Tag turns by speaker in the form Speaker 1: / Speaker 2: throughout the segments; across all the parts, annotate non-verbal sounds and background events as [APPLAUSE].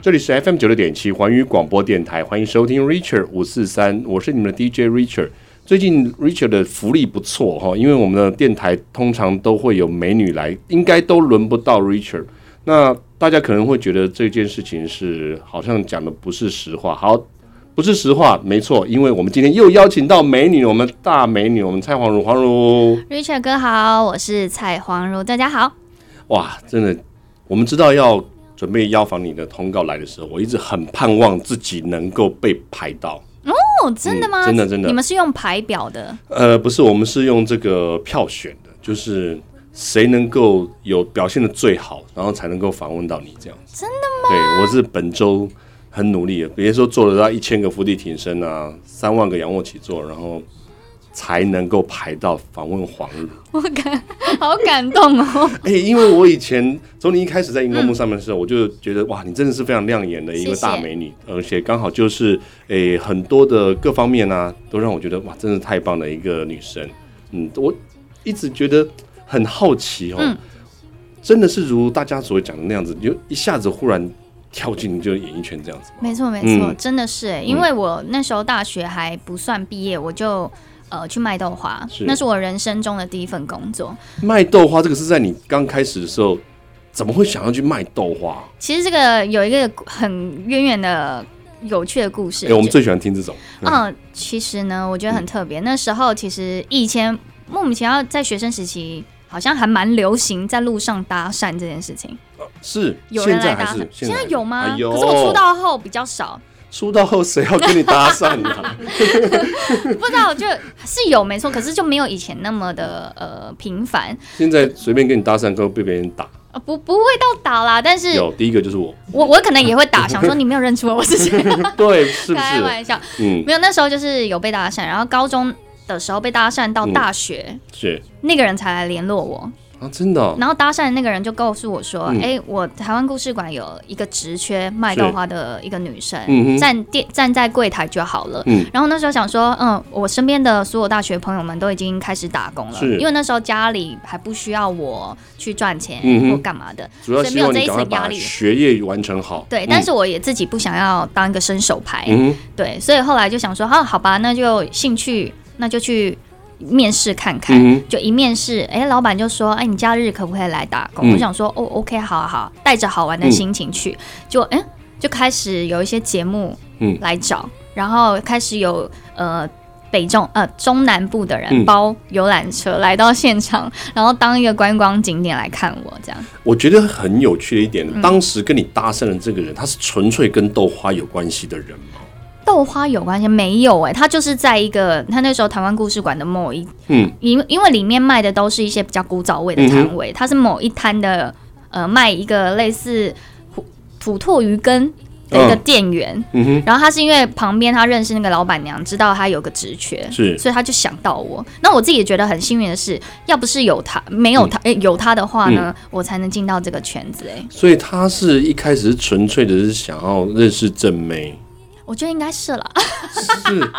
Speaker 1: 这里是 FM 九六点七环宇广播电台，欢迎收听 Richard 五四三，我是你们的 DJ Richard。最近 Richard 的福利不错哈，因为我们的电台通常都会有美女来，应该都轮不到 Richard。那大家可能会觉得这件事情是好像讲的不是实话，好，不是实话，没错，因为我们今天又邀请到美女，我们大美女，我们蔡黄如，黄如，
Speaker 2: Richard 哥好，我是蔡黄如，大家好。
Speaker 1: 哇，真的，我们知道要准备邀访你的通告来的时候，我一直很盼望自己能够被排到。
Speaker 2: 哦，真的
Speaker 1: 嗯
Speaker 2: 吗？
Speaker 1: 真的真的
Speaker 2: 你们是用排表的？
Speaker 1: 呃，不是，我们是用这个票选的，就是谁能够有表现的最好，然后才能够访问到你这样子。真的吗？对，我是本周很努力的，别说做了到一千个伏地挺身啊，三万个仰卧起坐，然后才能够排到访问黄日。
Speaker 2: [LAUGHS] 我 [LAUGHS] 感好感动哦，
Speaker 1: 哎、因为我以前从你一开始在荧
Speaker 2: 嗯
Speaker 1: 光幕上面的时候，我就觉得哇，你真的是非常亮眼的一个大美女，而且刚好就是诶、很多的各方面啊，都让我觉得哇，真的太棒的一个女生。嗯，我一直觉得很好奇哦，
Speaker 2: 嗯
Speaker 1: 真的是如大家所讲的那样子，你就一下子忽然跳进就演艺圈这样子吗？
Speaker 2: 没错没错，
Speaker 1: 嗯
Speaker 2: 真的是哎，因为我那时候大学还不算毕业，我就呃去卖豆花
Speaker 1: 是，
Speaker 2: 那是我人生中的第一份工作。
Speaker 1: 卖豆花这个是在你刚开始的时候，怎么会想要去卖豆花？
Speaker 2: 其实这个有一个很渊源的有趣的故事，
Speaker 1: 哎、我们
Speaker 2: 就
Speaker 1: 最喜欢听这种，
Speaker 2: 嗯，其实呢，我觉得很特别。那时候其实以前莫名其妙在学生时期，好像还蛮流行在路上搭讪这件事情。
Speaker 1: 是
Speaker 2: 有人
Speaker 1: 现在
Speaker 2: 来
Speaker 1: 还
Speaker 2: 搭
Speaker 1: 是
Speaker 2: 讪，现
Speaker 1: 还
Speaker 2: 在
Speaker 1: 是
Speaker 2: 有吗？
Speaker 1: 哎呦
Speaker 2: 可是我出道后比较少，
Speaker 1: [LAUGHS] 出道后谁要跟你搭讪啊？
Speaker 2: [LAUGHS] 不知道就是有没错，可是就没有以前那么的呃频繁，
Speaker 1: 现在随便跟你搭讪，都被别人打。
Speaker 2: 呃不不会到打啦，但是
Speaker 1: 有第一个就是
Speaker 2: [LAUGHS]
Speaker 1: 我，
Speaker 2: 我我可能也会打，想说你没有认出我，我
Speaker 1: [LAUGHS]
Speaker 2: 是谁？
Speaker 1: 对，是不
Speaker 2: 开
Speaker 1: 是？
Speaker 2: 玩笑，
Speaker 1: 嗯，
Speaker 2: 没有那时候就是有被搭讪，然后高中的时候被搭讪
Speaker 1: 嗯
Speaker 2: 到大学。
Speaker 1: 是
Speaker 2: 那个人才来联络我，
Speaker 1: 啊，真的哦、
Speaker 2: 然后搭讪的那个人就告诉我说：“哎、
Speaker 1: 嗯
Speaker 2: 我台湾故事馆有一个职缺卖
Speaker 1: 是
Speaker 2: 豆花的一个女生，
Speaker 1: 嗯哼
Speaker 2: 站店站在柜台就好了。
Speaker 1: 嗯
Speaker 2: 然后那时候想说，嗯，我身边的所有大学朋友们都已经开始打工了，
Speaker 1: 是
Speaker 2: 因为那时候家里还不需要我去赚钱
Speaker 1: 嗯哼
Speaker 2: 或干嘛的，
Speaker 1: 主要
Speaker 2: 所以
Speaker 1: 希
Speaker 2: 没有
Speaker 1: 望
Speaker 2: 这
Speaker 1: 你
Speaker 2: 一
Speaker 1: 赶快
Speaker 2: 层压
Speaker 1: 把
Speaker 2: 力。
Speaker 1: 学业完成好。
Speaker 2: 对
Speaker 1: 嗯，
Speaker 2: 但是我哎也自己不想要当一个伸手牌，
Speaker 1: 嗯哼，
Speaker 2: 对，所以后来就想说，啊，好吧，那就兴趣，那就去面试看看。
Speaker 1: 嗯
Speaker 2: 就一面试，哎、老板就说，哎、你假日可不可以来打工？
Speaker 1: 嗯
Speaker 2: 我想说，哦，OK，好啊好啊，带着好玩的心情去，就哎、就开始有一些节目
Speaker 1: 嗯
Speaker 2: 来找，然后开始有呃。北中呃中南部的人
Speaker 1: 嗯
Speaker 2: 包游览车来到现场，然后当一个观光景点来看我这样。
Speaker 1: 哼，我觉得很有趣的一点，
Speaker 2: 嗯
Speaker 1: 当时跟你搭讪的这个人，他是纯粹跟豆花有关系的人吗？
Speaker 2: 豆花有关系没有、哎，他就是在一个他那时候台湾故事馆的某一
Speaker 1: 嗯，
Speaker 2: 因因为里面卖的都是一些比较古早味的摊位，它是某一摊的呃卖一个类似土土兔鱼羹的一个
Speaker 1: 嗯
Speaker 2: 店员，
Speaker 1: 嗯哼，
Speaker 2: 然后他是因为旁边他认识那个老板娘，知道他有个职缺。
Speaker 1: 是
Speaker 2: 所以他就想到我，那我自己也觉得很幸运的是，要不是有他，没有他，
Speaker 1: 嗯
Speaker 2: 诶、有他的话呢，我才能进到这个圈子、诶，
Speaker 1: 所以他是一开始是纯粹的是想要认识正妹，
Speaker 2: 我觉得应该是啦。
Speaker 1: 是，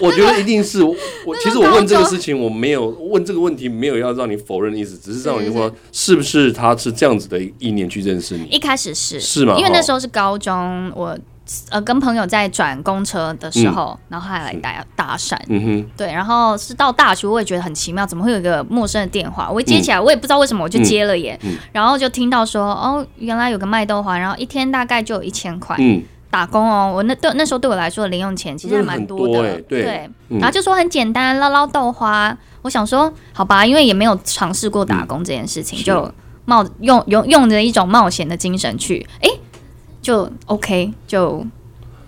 Speaker 1: 我觉得一定是我。我其实我
Speaker 2: 高
Speaker 1: 问这个
Speaker 2: 中
Speaker 1: 事情，我没有问这个问题，没有要让你否认的意思，只是让
Speaker 2: 是
Speaker 1: 你
Speaker 2: 是
Speaker 1: 说是不是他是这样子的意念去认识你。
Speaker 2: 一开始是
Speaker 1: 是吗
Speaker 2: 因为那
Speaker 1: 哦
Speaker 2: 时候是高中，我呃跟朋友在转公车的时候，然后他还来搭搭讪，
Speaker 1: 嗯哼，
Speaker 2: 对，然后是到大学，我也觉得很奇妙，怎么会有一个陌生的电话？我一接起
Speaker 1: 嗯
Speaker 2: 来，我也不知道为什么我就接了耶，然后就听到说，哦，原来有个卖豆花，然后一天大概就有一千块、
Speaker 1: 嗯，
Speaker 2: 打工哦。我那对那时候对我来说的零用钱其实还蛮的，
Speaker 1: 真的很多欸对嗯
Speaker 2: 然后就说很简单，捞捞豆花。我想说，好吧，因为也没有尝试过打工这件事情，
Speaker 1: 是
Speaker 2: 就冒用用用着一种冒险的精神去，哎，就 OK，就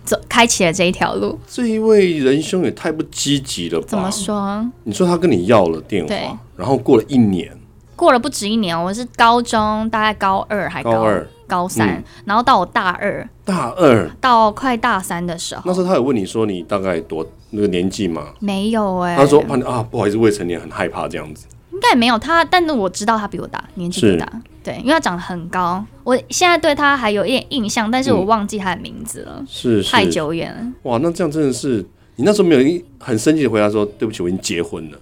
Speaker 2: 走开启了这一条路。
Speaker 1: 这一位仁兄也太不积极了吧？
Speaker 2: 怎么？说？
Speaker 1: 你说他跟你要了电
Speaker 2: 对
Speaker 1: 话，然后过了一年，
Speaker 2: 过了不止一年，我是高中大概高二还高
Speaker 1: 高二、嗯
Speaker 2: 高三，然后到我大二
Speaker 1: 大二
Speaker 2: 到快大三的时
Speaker 1: 那时
Speaker 2: 候，
Speaker 1: 候他有问你说你大概多那个年纪吗？
Speaker 2: 没有哎、
Speaker 1: 他说怕你啊，不好意思，未成年很害怕这样子。
Speaker 2: 应该也没有他，但是我知道他比我大，年纪比我大，对，因为他长得很高，我现在对他还有一点印象，但是我忘记他的名字了，
Speaker 1: 是是，
Speaker 2: 太久远了。
Speaker 1: 哇，那这样真的是你那时候没有一很生气的回答说对不起，我已经结婚了。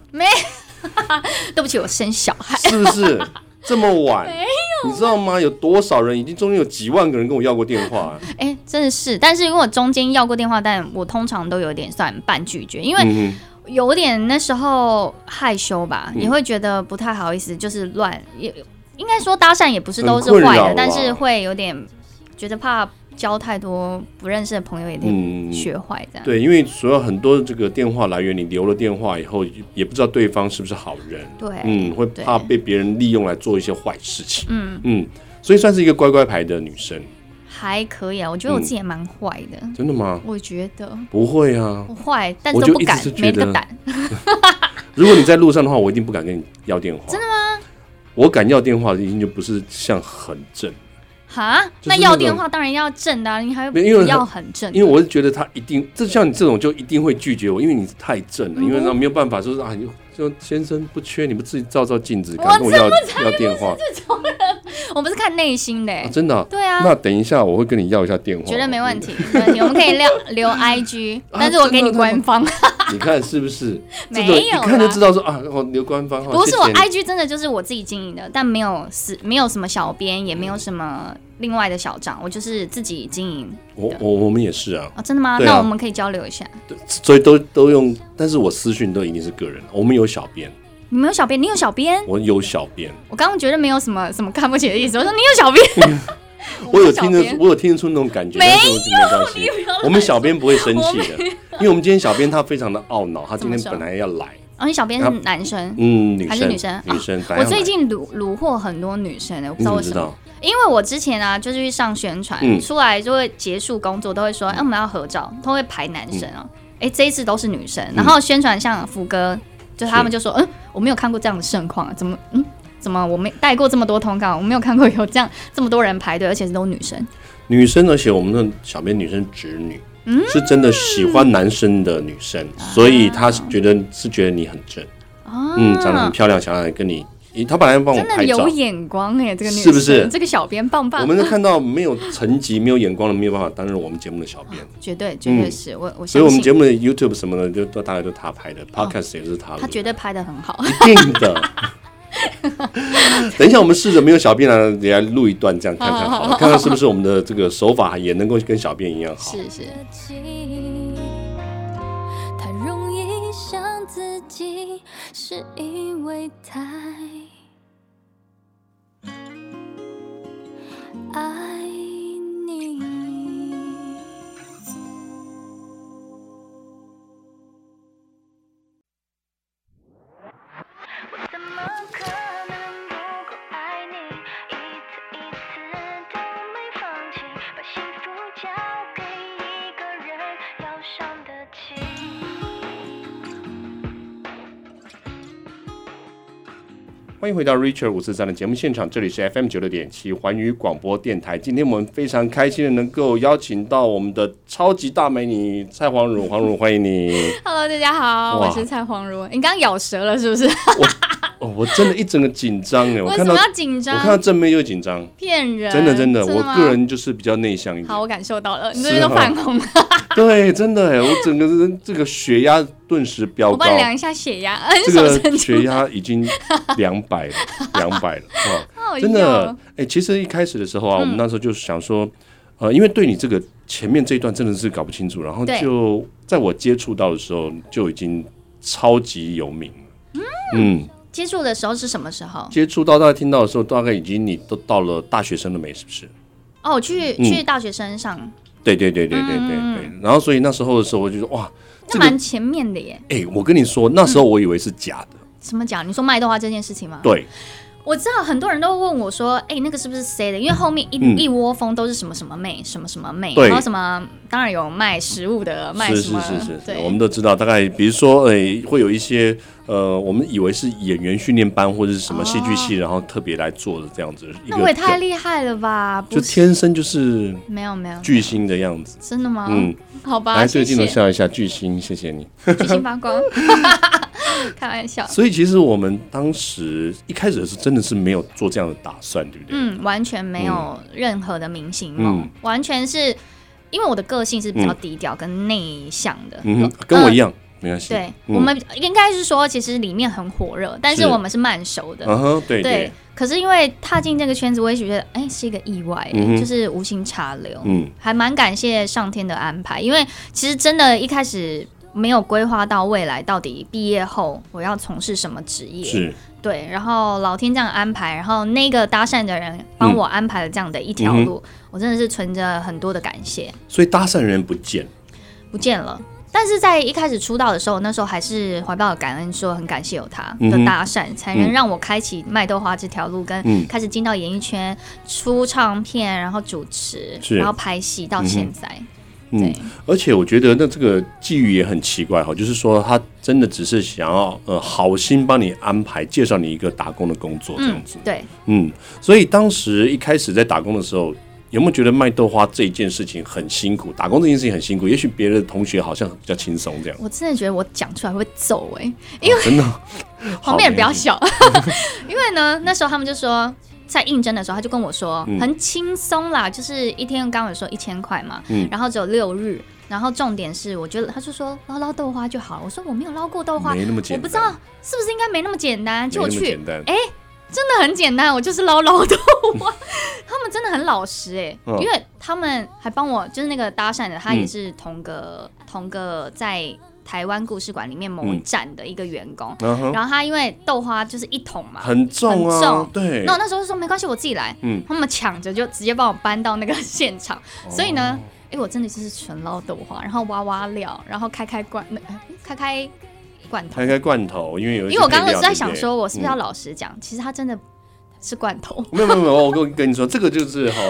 Speaker 2: 对不起，我生小孩，
Speaker 1: [LAUGHS] 是不是这么晚？没你知道吗？有啊多少人已经中间有几万个人跟我要过电话、
Speaker 2: 哎、真的是，但是如果中间要过电话，但我通常都有点算半拒绝，因为
Speaker 1: 嗯哼，
Speaker 2: 有点那时候害羞吧，
Speaker 1: 嗯
Speaker 2: 也会觉得不太好意思，就是乱也应该说搭讪也不是都是
Speaker 1: 很困
Speaker 2: 坏
Speaker 1: 扰啊啦，
Speaker 2: 的但是会有点觉得怕交太多不认识的朋友，也得
Speaker 1: 嗯，
Speaker 2: 学坏这样。
Speaker 1: 对，因为所有很多这个电话来源，你留了电话以后，也不知道对方是不是好人，
Speaker 2: 对，
Speaker 1: 嗯，会
Speaker 2: 对
Speaker 1: 怕被别人利用来做一些坏事情，
Speaker 2: 嗯，
Speaker 1: 嗯，所以算是一个乖乖牌的女生，
Speaker 2: 还可以啊，我
Speaker 1: 嗯
Speaker 2: 觉得我自己也蛮坏的，
Speaker 1: 真的吗？
Speaker 2: 我觉得
Speaker 1: 不会啊，
Speaker 2: 我坏，但
Speaker 1: 我
Speaker 2: 是
Speaker 1: 就
Speaker 2: 都
Speaker 1: 一
Speaker 2: 不
Speaker 1: 直
Speaker 2: 敢
Speaker 1: 是，觉
Speaker 2: 没
Speaker 1: 得
Speaker 2: 个胆。
Speaker 1: 如果你在路上的话，我一定不敢跟你要电话。真的吗？我敢要电话，已经就不是像很正，
Speaker 2: 哈，
Speaker 1: 就是
Speaker 2: 那
Speaker 1: 那
Speaker 2: 要
Speaker 1: 种
Speaker 2: 电话当然要正的、啊，你还
Speaker 1: 没因为
Speaker 2: 不
Speaker 1: 很
Speaker 2: 要很正的， [LAUGHS]
Speaker 1: 因为我是觉得他一定，这像你这种就一定会拒绝我，因为你太正了，因
Speaker 2: 嗯
Speaker 1: 为他没有办法说是啊，你就就先生不缺，你不自己照照镜子，敢跟我要要电话
Speaker 2: 我们是看内心的、欸
Speaker 1: 啊，真的啊、
Speaker 2: 对啊，
Speaker 1: 那等一下我会跟你要一下电话，
Speaker 2: 绝对没问。题，没问题，我们可以
Speaker 1: [LAUGHS]
Speaker 2: 聊留 IG，
Speaker 1: 啊
Speaker 2: 但是我给你
Speaker 1: 真的 [LAUGHS]
Speaker 2: 官方，
Speaker 1: 你看是不
Speaker 2: [LAUGHS]
Speaker 1: 是？这
Speaker 2: 没
Speaker 1: 种
Speaker 2: 有
Speaker 1: 一看就
Speaker 2: 啦
Speaker 1: 知。道说啊，哦，留官方。哦
Speaker 2: 不是我
Speaker 1: 谢谢你
Speaker 2: IG 真的就是我自己经营的，但没有是没有什么小编，也没有什么另外的小账，我就是自己经营
Speaker 1: 我我我们也是啊，
Speaker 2: 哦，真的吗？
Speaker 1: 对啊
Speaker 2: 那我们可以交流一下。
Speaker 1: 所以都都用，但是我私讯都一定是个人，我们有小编，
Speaker 2: 你没有小编，你有小编？
Speaker 1: 我有小编。
Speaker 2: 我刚刚觉得没有什么什么看不起的意思，我说你有
Speaker 1: [LAUGHS]
Speaker 2: 小编，
Speaker 1: 我有
Speaker 2: 是小
Speaker 1: 听得出
Speaker 2: 编，
Speaker 1: 我有听得出那种感觉，
Speaker 2: 没
Speaker 1: 但是我没关系。我们小编不会生气的，因为我们今天小编他非常的懊恼，他今天
Speaker 2: 怎么
Speaker 1: 本
Speaker 2: 说
Speaker 1: 来要来，
Speaker 2: 哦，你小编是男生。
Speaker 1: 嗯，女
Speaker 2: 还是
Speaker 1: 生，
Speaker 2: 女生啊
Speaker 1: 女生，本来
Speaker 2: 我
Speaker 1: 要来嗯
Speaker 2: 最近虏虏获很多女生欸的，我不
Speaker 1: 你怎
Speaker 2: 知道
Speaker 1: 么
Speaker 2: 为
Speaker 1: 知
Speaker 2: 什么。
Speaker 1: 道？
Speaker 2: 因为我之前啊，就是去上宣传，
Speaker 1: 嗯
Speaker 2: 出来就会结束工作，都会说，哎、我们要合照，都会排男生
Speaker 1: 嗯
Speaker 2: 啊。哎、这一次都是女生，然后宣传像福哥，就他们就说，嗯，我没有看过这样的盛况、啊，怎么，嗯，怎么我没带过这么多通告，我没有看过有这样这么多人排队，而且都是女生。
Speaker 1: 女生，而且我们的小编女生直女，
Speaker 2: 嗯
Speaker 1: 是真的喜欢男生的女生，所以她是觉得是觉得你很正，
Speaker 2: 啊
Speaker 1: 嗯，长得很漂亮，想要来跟你，咦她本来要帮我
Speaker 2: 真的
Speaker 1: 拍
Speaker 2: 有
Speaker 1: 照。
Speaker 2: 眼光哎、这个女生
Speaker 1: 是不是
Speaker 2: 这个小编棒
Speaker 1: 我
Speaker 2: 棒，
Speaker 1: 们看到没有层级、没有眼光的，没有办法担任我们节目的小编，
Speaker 2: 绝对绝对是、我我
Speaker 1: 嗯所以我
Speaker 2: 啊相
Speaker 1: 们节
Speaker 2: 信哦
Speaker 1: 目的 YouTube 什么的，就都大概都他拍的，Podcast 也是他录的。
Speaker 2: 他绝对拍的很好。
Speaker 1: 一定的。
Speaker 2: [LAUGHS]
Speaker 1: 等一下，我们试着没有小便来也来录一段，这样看看好了，看看是不是我们的这个手法也能够跟小便一样好。
Speaker 2: 是是，
Speaker 3: 太容易想自己，是因为太爱你。我怎么可能不够爱你？一次一次都没放弃，把幸福交给一个人，要伤得起。
Speaker 1: 欢迎回到 Richard 五四三的节目现场，这里是 FM 九六点七环宇广播电台。今天我们非常开心的能够邀请到我们的超级大美女蔡黄汝，黄汝欢迎你。
Speaker 2: [LAUGHS] Hello，大家好，
Speaker 1: 哇
Speaker 2: 我是蔡黄如。你刚刚咬舌了是不是？
Speaker 1: 哦，我真的一整个紧张哎，我
Speaker 2: 为
Speaker 1: 看
Speaker 2: 什
Speaker 1: 到
Speaker 2: 么
Speaker 1: 我
Speaker 2: 要紧张？
Speaker 1: 看到正面又紧张，
Speaker 2: 骗人！
Speaker 1: 真的真的，我
Speaker 2: 吗
Speaker 1: 个人就是比较内向一点
Speaker 2: 好，。我感受到了，你
Speaker 1: 是啊
Speaker 2: 这边都
Speaker 1: 哈
Speaker 2: 泛红了。
Speaker 1: 对，真的哎，我整个人这个血压顿时飙
Speaker 2: 我
Speaker 1: 高
Speaker 2: 帮你。量一下血压，啊 [LAUGHS] 你
Speaker 1: 这
Speaker 2: 手伸
Speaker 1: 个
Speaker 2: 出
Speaker 1: 血压已
Speaker 2: [LAUGHS]
Speaker 1: 经两百了，两百了啊！
Speaker 2: 好嗯
Speaker 1: 真的
Speaker 2: 用，
Speaker 1: 哎、其实一开始的时候啊，我们那时候就是想说，呃，因为对你这个前面这一段真的是搞不清楚，然后
Speaker 2: 对
Speaker 1: 就在我接触到的时候就已经超级有名了。嗯，
Speaker 2: 接触的时候是什么时候？
Speaker 1: 接触到大家听到的时候，大概已经你都到了大学生了没？是不是？
Speaker 2: 哦，我去
Speaker 1: 嗯
Speaker 2: 去大学生上，
Speaker 1: 对对对对对对对。
Speaker 2: 嗯
Speaker 1: 然后所以那时候的时候，我就说哇，
Speaker 2: 那
Speaker 1: 这个
Speaker 2: 蛮前面的耶。
Speaker 1: 哎、我跟你说，那时候我以为是假的，
Speaker 2: 怎么讲？你说卖豆花这件事情吗？
Speaker 1: 对，
Speaker 2: 我知道很多人都问我说：“哎、那个是不是 C 的？”因为后面一、
Speaker 1: 嗯
Speaker 2: 一窝蜂都是什么什么妹，什么什么妹，
Speaker 1: 对
Speaker 2: 然后什么当然有卖食物的，卖
Speaker 1: 是
Speaker 2: 什
Speaker 1: 是
Speaker 2: 么
Speaker 1: 是是是，
Speaker 2: 对，
Speaker 1: 我们都知道，大概比如说，诶、会有一些呃，我们以为是演员训练班或者是什么戏剧系，然后特别来做的这样子，一
Speaker 2: 那我也
Speaker 1: 个
Speaker 2: 太厉害了吧？不
Speaker 1: 就是天生就是
Speaker 2: 没有没有，
Speaker 1: 巨星的样子。
Speaker 2: 真的吗？
Speaker 1: 嗯，
Speaker 2: 好吧，
Speaker 1: 来对
Speaker 2: 谢
Speaker 1: 镜头
Speaker 2: [LAUGHS] 谢。
Speaker 1: 笑一下，巨星，谢谢你。
Speaker 2: 巨星发
Speaker 1: [LAUGHS]
Speaker 2: 光，开玩笑。
Speaker 1: 所以其实我们当时一开始是真的是没有做这样的打算，对不对？
Speaker 2: 嗯，完全没有任何的明星哦梦，
Speaker 1: 嗯
Speaker 2: 完全是因为我的个性是比较低调跟内向的，
Speaker 1: 嗯
Speaker 2: 呃
Speaker 1: 哼，跟我一样，没关系。
Speaker 2: 对，
Speaker 1: 嗯
Speaker 2: 我们应该是说，其实里面很火热，但是
Speaker 1: 是
Speaker 2: 我们是慢熟的。
Speaker 1: 嗯哼，对
Speaker 2: 对，，可是因为踏进这个圈子，我也许觉得，哎、是一个意外、
Speaker 1: 嗯哼
Speaker 2: 就是无心插柳，
Speaker 1: 嗯
Speaker 2: 还蛮感谢上天的安排，因为其实真的一开始没有规划到未来到底毕业后我要从事什么职业，
Speaker 1: 是，
Speaker 2: 对，然后老天这样安排，然后那个搭讪的人
Speaker 1: 嗯
Speaker 2: 帮我安排了这样的一条路，我真的是存着很多的感谢，
Speaker 1: 所以搭讪人不见，
Speaker 2: 不见了。但是在一开始出道的时候，那时候还是怀抱感恩，说很感谢有他
Speaker 1: 嗯
Speaker 2: 的
Speaker 1: 哼
Speaker 2: 搭讪，才能
Speaker 1: 嗯
Speaker 2: 让我开启麦豆花这条路，跟
Speaker 1: 嗯
Speaker 2: 开始进到演艺圈、出唱片，然后主持，
Speaker 1: 是
Speaker 2: 然后拍戏，到现在。
Speaker 1: 嗯
Speaker 2: 对，
Speaker 1: 而且我觉得那这个际遇也很奇怪哈，就是说他真的只是想要呃好心帮你安排介绍你一个打工的工作这样
Speaker 2: 嗯
Speaker 1: 子，，
Speaker 2: 对，
Speaker 1: 嗯所以当时一开始在打工的时候。有没有觉得卖豆花这件事情很辛苦？打工这件事情很辛苦，也许别的同学好像比较轻松这样。
Speaker 2: 我真的觉得我讲出来会揍哎、
Speaker 1: 因为真的，
Speaker 2: [LAUGHS] 旁边人不要
Speaker 1: 好
Speaker 2: 笑， [LAUGHS] 因为呢，那时候他们就说在应征的时候，他就跟我说、
Speaker 1: 嗯
Speaker 2: 很轻松啦，就是一天刚刚有说一千块嘛，
Speaker 1: 嗯
Speaker 2: 然后只有六日，然后重点是我觉得他就说捞捞豆花就好，我说我没有捞过豆花，
Speaker 1: 没那么简单
Speaker 2: 我不知道是不是应该没那么简单，
Speaker 1: 没
Speaker 2: 就
Speaker 1: 那么
Speaker 2: 我去哎
Speaker 1: 简单。
Speaker 2: 真的很简单，我就是捞捞豆花， [LAUGHS] 他们真的很老实哎、
Speaker 1: 嗯
Speaker 2: 因为他们还帮我就是那个搭讪的，他
Speaker 1: 嗯
Speaker 2: 也是同个、同个在台湾故事馆里面某一
Speaker 1: 嗯
Speaker 2: 站的一个员工。
Speaker 1: 嗯哼，
Speaker 2: 然后他因为豆花就是一桶嘛，
Speaker 1: 很重啊，
Speaker 2: 很重
Speaker 1: 对
Speaker 2: 那，我那时候就说没关系，我自己来。
Speaker 1: 嗯，哦
Speaker 2: 他们抢着就直接帮我搬到那个现场，所以呢，哎、我真的就是纯捞豆花，然后挖挖料，然后开开罐，呃开开罐头
Speaker 1: 开。开罐头，因为有一些
Speaker 2: 因为我刚刚
Speaker 1: 配料
Speaker 2: 在想说，我是不是要？
Speaker 1: 对嗯
Speaker 2: 老实讲？其实它真的是
Speaker 1: [LAUGHS]
Speaker 2: 罐头。
Speaker 1: 不对嗯没有没有没有，我跟跟你说，这个就是哈。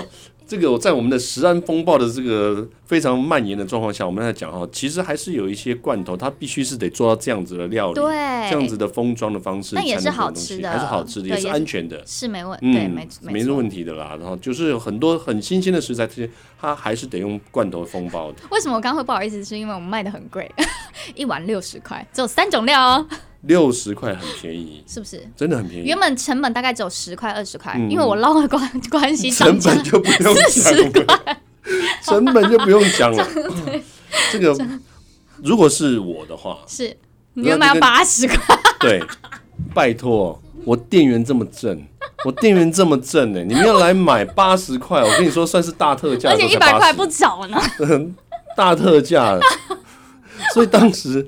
Speaker 1: 这个我在我们的食安风暴的这个非常蔓延的状况下，我们在讲哈，其实还是有一些罐头，它必须是得做到这样子的料理，
Speaker 2: 对
Speaker 1: 这样子的封装的方式，
Speaker 2: 那也是
Speaker 1: 才能做
Speaker 2: 好
Speaker 1: 东西
Speaker 2: 吃的
Speaker 1: 还是好吃的，
Speaker 2: 对
Speaker 1: 也是
Speaker 2: 也是
Speaker 1: 安全的，
Speaker 2: 是没问，
Speaker 1: 嗯，
Speaker 2: 对，没
Speaker 1: 没
Speaker 2: 错。
Speaker 1: 问题的啦。然后就是有很多很新鲜的食材，这些它还是得用罐头封包的，
Speaker 2: 为什么我刚刚会不好意思？是因为我们卖的很贵， [LAUGHS] 一碗六十块，只有三种料哦，
Speaker 1: 六十块很便宜，
Speaker 2: 是不是？
Speaker 1: 真的很便宜
Speaker 2: 原。本成本大概只有十块二十块，
Speaker 1: 嗯
Speaker 2: 因为我捞的关关系涨
Speaker 1: 成
Speaker 2: 价
Speaker 1: 本就不用
Speaker 2: 40，
Speaker 1: 讲了， [LAUGHS] 成本就不用讲了。这个如果是我的话
Speaker 2: [LAUGHS] 是，
Speaker 1: 那
Speaker 2: 你原本要
Speaker 1: 这个
Speaker 2: 八十块，
Speaker 1: 对，拜托，我店员这么正，我店员这么正呢、你们要来买八十块，我跟你说算是大特价
Speaker 2: 而
Speaker 1: 的时候
Speaker 2: 且一
Speaker 1: 才80，
Speaker 2: 百块不找呢。
Speaker 1: 大特价， [LAUGHS] 所以当时。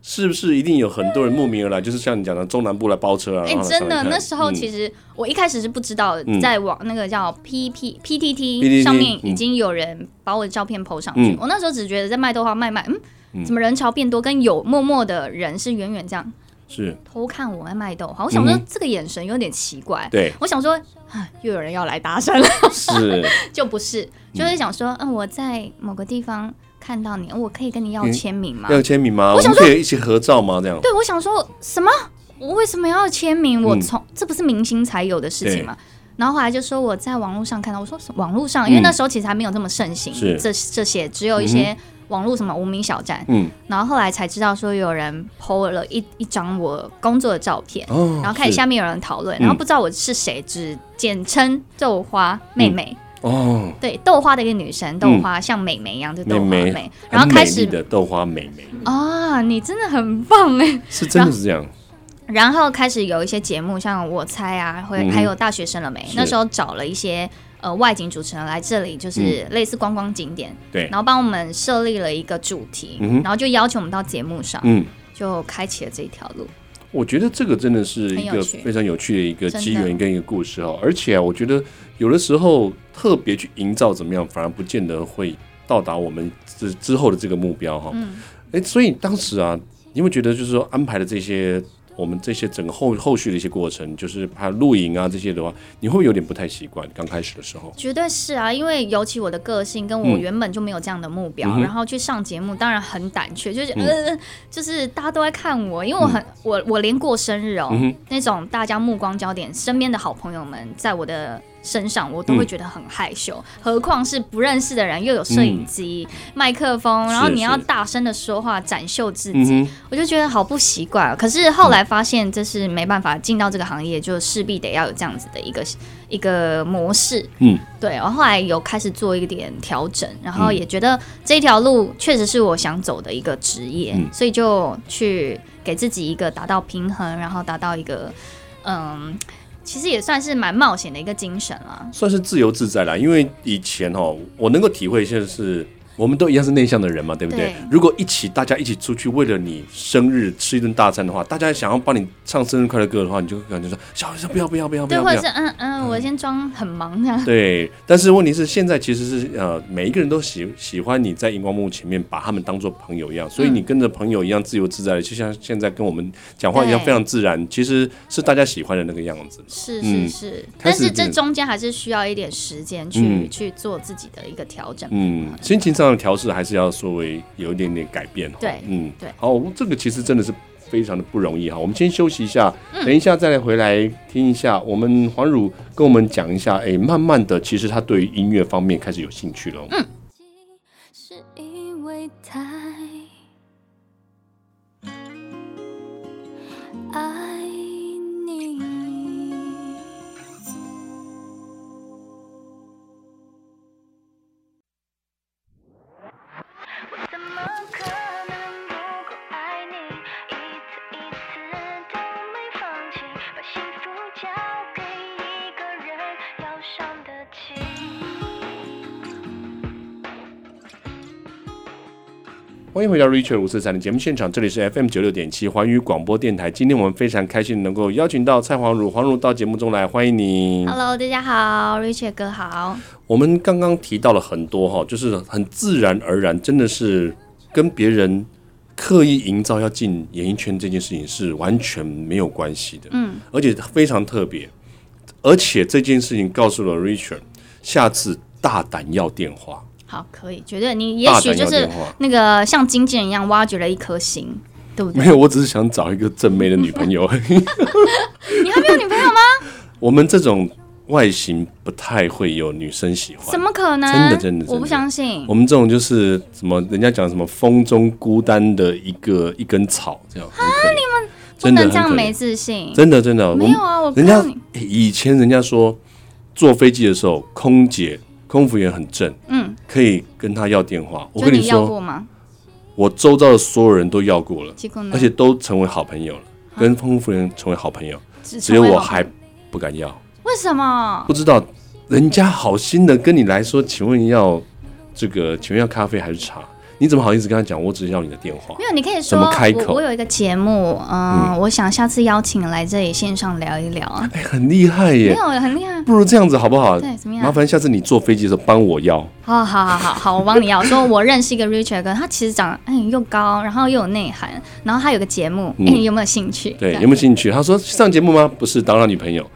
Speaker 1: 是不是一定有很多人慕名而来？就是像你讲的，中南部来包车啊。
Speaker 2: 哎、
Speaker 1: 然后来
Speaker 2: 真的，
Speaker 1: 上来看
Speaker 2: 那时候其
Speaker 1: 嗯
Speaker 2: 实我一开始是不知道
Speaker 1: 嗯，
Speaker 2: 在网那个叫 P P P T
Speaker 1: PTT
Speaker 2: T 上面已
Speaker 1: 嗯
Speaker 2: 经有人把我的照片 PO 上去，
Speaker 1: 嗯
Speaker 2: 我那时候只觉得在卖豆花卖卖，嗯，怎么人潮变多，跟有默默的人是远远这样
Speaker 1: 是
Speaker 2: 偷看我在卖豆花，我想说
Speaker 1: 嗯
Speaker 2: 这个眼神有点奇怪，
Speaker 1: 对
Speaker 2: 我想说啊，又有人要来搭讪了， [LAUGHS]
Speaker 1: 是，
Speaker 2: 就不是，就是想说，嗯，我在某个地方看到你，我可以跟你要
Speaker 1: 嗯
Speaker 2: 签名吗？
Speaker 1: 要签名吗？
Speaker 2: 我
Speaker 1: 我
Speaker 2: 想
Speaker 1: 们可以一起合照吗？这样
Speaker 2: 对，我想说什么？我为什么要签名？我
Speaker 1: 嗯
Speaker 2: 从、这不是明星才有的事
Speaker 1: 对
Speaker 2: 情吗？然后后来就说我在网络上看到，我说什么网络上，因为
Speaker 1: 嗯
Speaker 2: 那时候其实还没有这么盛行，
Speaker 1: 是
Speaker 2: 这这些只有一些网络什么无名小站。
Speaker 1: 嗯
Speaker 2: 然后后来才知道说有人 PO 了一一张我工作的照片，
Speaker 1: 哦，
Speaker 2: 然后看
Speaker 1: 是
Speaker 2: 下面有人讨论，
Speaker 1: 嗯
Speaker 2: 然后不知道我是谁，只简称豆花妹妹，
Speaker 1: 哦，
Speaker 2: 对豆花的一个女神，豆花、像美眉一样，就豆花
Speaker 1: 嗯妹妹
Speaker 2: 然后
Speaker 1: 很
Speaker 2: 开
Speaker 1: 美丽
Speaker 2: 始
Speaker 1: 的豆花美眉
Speaker 2: 啊，你真的很棒哎，
Speaker 1: 是真的是这样，
Speaker 2: 然后开始有一些节目，像我猜啊，会、
Speaker 1: 嗯哼
Speaker 2: 还有大学生了没
Speaker 1: 是？
Speaker 2: 那时候找了一些呃外景主持人来这里，就是类似观光景点，
Speaker 1: 嗯对，
Speaker 2: 然后帮我们设立了一个主题，
Speaker 1: 嗯哼
Speaker 2: 然后就邀请我们到节目上，
Speaker 1: 嗯，
Speaker 2: 就开启了这一条路。
Speaker 1: 我觉得这个真的是
Speaker 2: 很
Speaker 1: 一
Speaker 2: 有
Speaker 1: 个
Speaker 2: 趣
Speaker 1: 非常有趣的一个
Speaker 2: 真的
Speaker 1: 机缘跟一个故事哦，而且啊，我觉得有的时候特别去营造怎么样，反而不见得会到达我们之之后的这个目标哈、
Speaker 2: 嗯，
Speaker 1: 哎，所以当时啊，你有没有觉得就是说安排的这些我们这些整个后后续的一些过程，就是还有露营啊这些的话，你会不会有点不太习惯？刚开始的时候，
Speaker 2: 绝对是啊，因为尤其我的个性跟我
Speaker 1: 嗯
Speaker 2: 原本就没有这样的目标，
Speaker 1: 嗯哼
Speaker 2: 然后去上节目当然很胆怯，就是、
Speaker 1: 嗯
Speaker 2: 呃，就是大家都在看我，因为我很、我我连过生日哦，
Speaker 1: 嗯哼
Speaker 2: 那种大家目光焦点，身边的好朋友们在我的身上，我都
Speaker 1: 嗯
Speaker 2: 会觉得很害羞。何况是不认识的人，又有摄
Speaker 1: 嗯
Speaker 2: 影机、麦、克风，然后
Speaker 1: 是
Speaker 2: 你要
Speaker 1: 是
Speaker 2: 大声的说话，展秀自己，
Speaker 1: 嗯哼，
Speaker 2: 我就觉得好不习惯哦。可是后来发现，这是没办法进到这个行业，就势必得要有这样子的一个一个模式。
Speaker 1: 嗯，
Speaker 2: 对，然后后来有开始做一点调整，然后也觉得这条路确实是我想走的一个职业，
Speaker 1: 嗯
Speaker 2: 所以就去给自己一个达到平衡，然后达到一个嗯，其实也算是蛮冒险的一个精神啦。
Speaker 1: 算是自由自在啦。因为以前哦，我能够体会现在是。我们都一样是内向的人嘛，对不对？
Speaker 2: 对
Speaker 1: 如果一起大家一起出去，为了你生日吃一顿大餐的话，大家想要帮你唱生日快乐歌的话，你就感觉说小孩子不要不要不要不
Speaker 2: 对，
Speaker 1: 要不
Speaker 2: 或者
Speaker 1: 要
Speaker 2: 是。嗯嗯，我先装很忙这样。
Speaker 1: 对，但是问题是，现在其实是呃，每一个人都喜喜欢你在荧光幕前面把他们当做朋友一
Speaker 2: 嗯
Speaker 1: 样，所以你跟着朋友一样自由自在的，就像现在跟我们讲话一样
Speaker 2: 对
Speaker 1: 非常自
Speaker 2: 嗯
Speaker 1: 然，其实是大家喜欢的那个样子。
Speaker 2: 是
Speaker 1: 嗯
Speaker 2: 是是，
Speaker 1: 开
Speaker 2: 但
Speaker 1: 始
Speaker 2: 是这
Speaker 1: 变
Speaker 2: 中间还是需要一点时间去、
Speaker 1: 嗯
Speaker 2: 去做自己的一个调整。
Speaker 1: 嗯，心情上的调试还是要稍微有一点点改变。
Speaker 2: 对
Speaker 1: 嗯，
Speaker 2: 对
Speaker 1: 好，这个其实真的是非常的不容易哈。我们先休息一下，等一下再来回来听一下。我们黄汝跟我们讲一下，哎，慢慢的，其实他对于音乐方面开始有兴趣了。嗯，
Speaker 3: 是因为太爱你。我怎么可能不够爱你？一次一次都没放弃，把幸福交给一个人，要伤得起。
Speaker 1: 欢迎回到 Richard 五四三的节目现场，这里是 FM 九六点七环宇广播电台。今天我们非常开心能够邀请到蔡黄汝，黄汝到节目中来，欢迎你。
Speaker 2: Hello，大家好，Richard 哥好。
Speaker 1: 我们刚刚提到了很多哈，就是很自然而然，真的是跟别人刻意营造要进演艺圈这件事情是完全没有关系的，嗯，而且非常特别，而且这件事情告诉了 Richard，下次大胆要电话，
Speaker 2: 好，可以，绝对你也
Speaker 1: 大
Speaker 2: 许
Speaker 1: 胆
Speaker 2: 就
Speaker 1: 要电
Speaker 2: 是
Speaker 1: 话。
Speaker 2: 那个像经纪人一样挖掘了一颗心，对不
Speaker 1: [LAUGHS]
Speaker 2: 对
Speaker 1: 没？有，我只是想找一个正妹的女朋友。
Speaker 2: [LAUGHS] 你还没有女朋友吗？
Speaker 1: [LAUGHS] 我们这种外形不太会有女生喜欢，
Speaker 2: 怎么可能？
Speaker 1: 真的真的真的
Speaker 2: 我不相信
Speaker 1: 我。们这种就是什么，人家讲什么风中孤单的一个一根草，这样很可怜。
Speaker 2: 啊不
Speaker 1: 真的
Speaker 2: 能
Speaker 1: 很
Speaker 2: 这
Speaker 1: 可
Speaker 2: 样
Speaker 1: 怜
Speaker 2: 没自信。
Speaker 1: 真的真的
Speaker 2: 没
Speaker 1: 们
Speaker 2: 有啊我
Speaker 1: 人
Speaker 2: 看
Speaker 1: 家哎
Speaker 2: 到你
Speaker 1: 以前人家说坐飞机的时候，空姐、空服员很正，
Speaker 2: 嗯，
Speaker 1: 可以跟他要电话。我
Speaker 2: 就
Speaker 1: 跟
Speaker 2: 你要
Speaker 1: 说，
Speaker 2: 过吗？
Speaker 1: 我周遭的所有人都要过了，
Speaker 2: 结果呢？
Speaker 1: 而且都成为好朋友了，跟空服员成为好朋友，
Speaker 2: 只
Speaker 1: 只
Speaker 2: 嗯成
Speaker 1: 有
Speaker 2: 为
Speaker 1: 我
Speaker 2: 好朋
Speaker 1: 还
Speaker 2: 友
Speaker 1: 不敢要。
Speaker 2: 为什么
Speaker 1: 不？知道人家好心的跟你来说，请问要这个，请问要咖啡还是茶？你怎么好意思跟他讲？我只是要你的电话
Speaker 2: 没。有，你可以
Speaker 1: 怎
Speaker 2: 说
Speaker 1: 么开口
Speaker 2: 我我有一个节目，嗯，我想下次邀请来这里线上聊一聊啊。
Speaker 1: 哎，很厉害
Speaker 2: 没
Speaker 1: 耶！
Speaker 2: 有，很厉害。
Speaker 1: 不如这样子好不好？
Speaker 2: 对怎么样
Speaker 1: 麻烦下次你坐飞机的时候帮我要。
Speaker 2: 好好好好好，我帮你要。说我认识一个 Richard 哥，他其实长得嗯又高，然后又有内涵，然后他有个节目，哎、
Speaker 1: 嗯
Speaker 2: 你有没有兴趣？
Speaker 1: 对，有没有兴趣？他说上节目吗？不是，当然女朋友。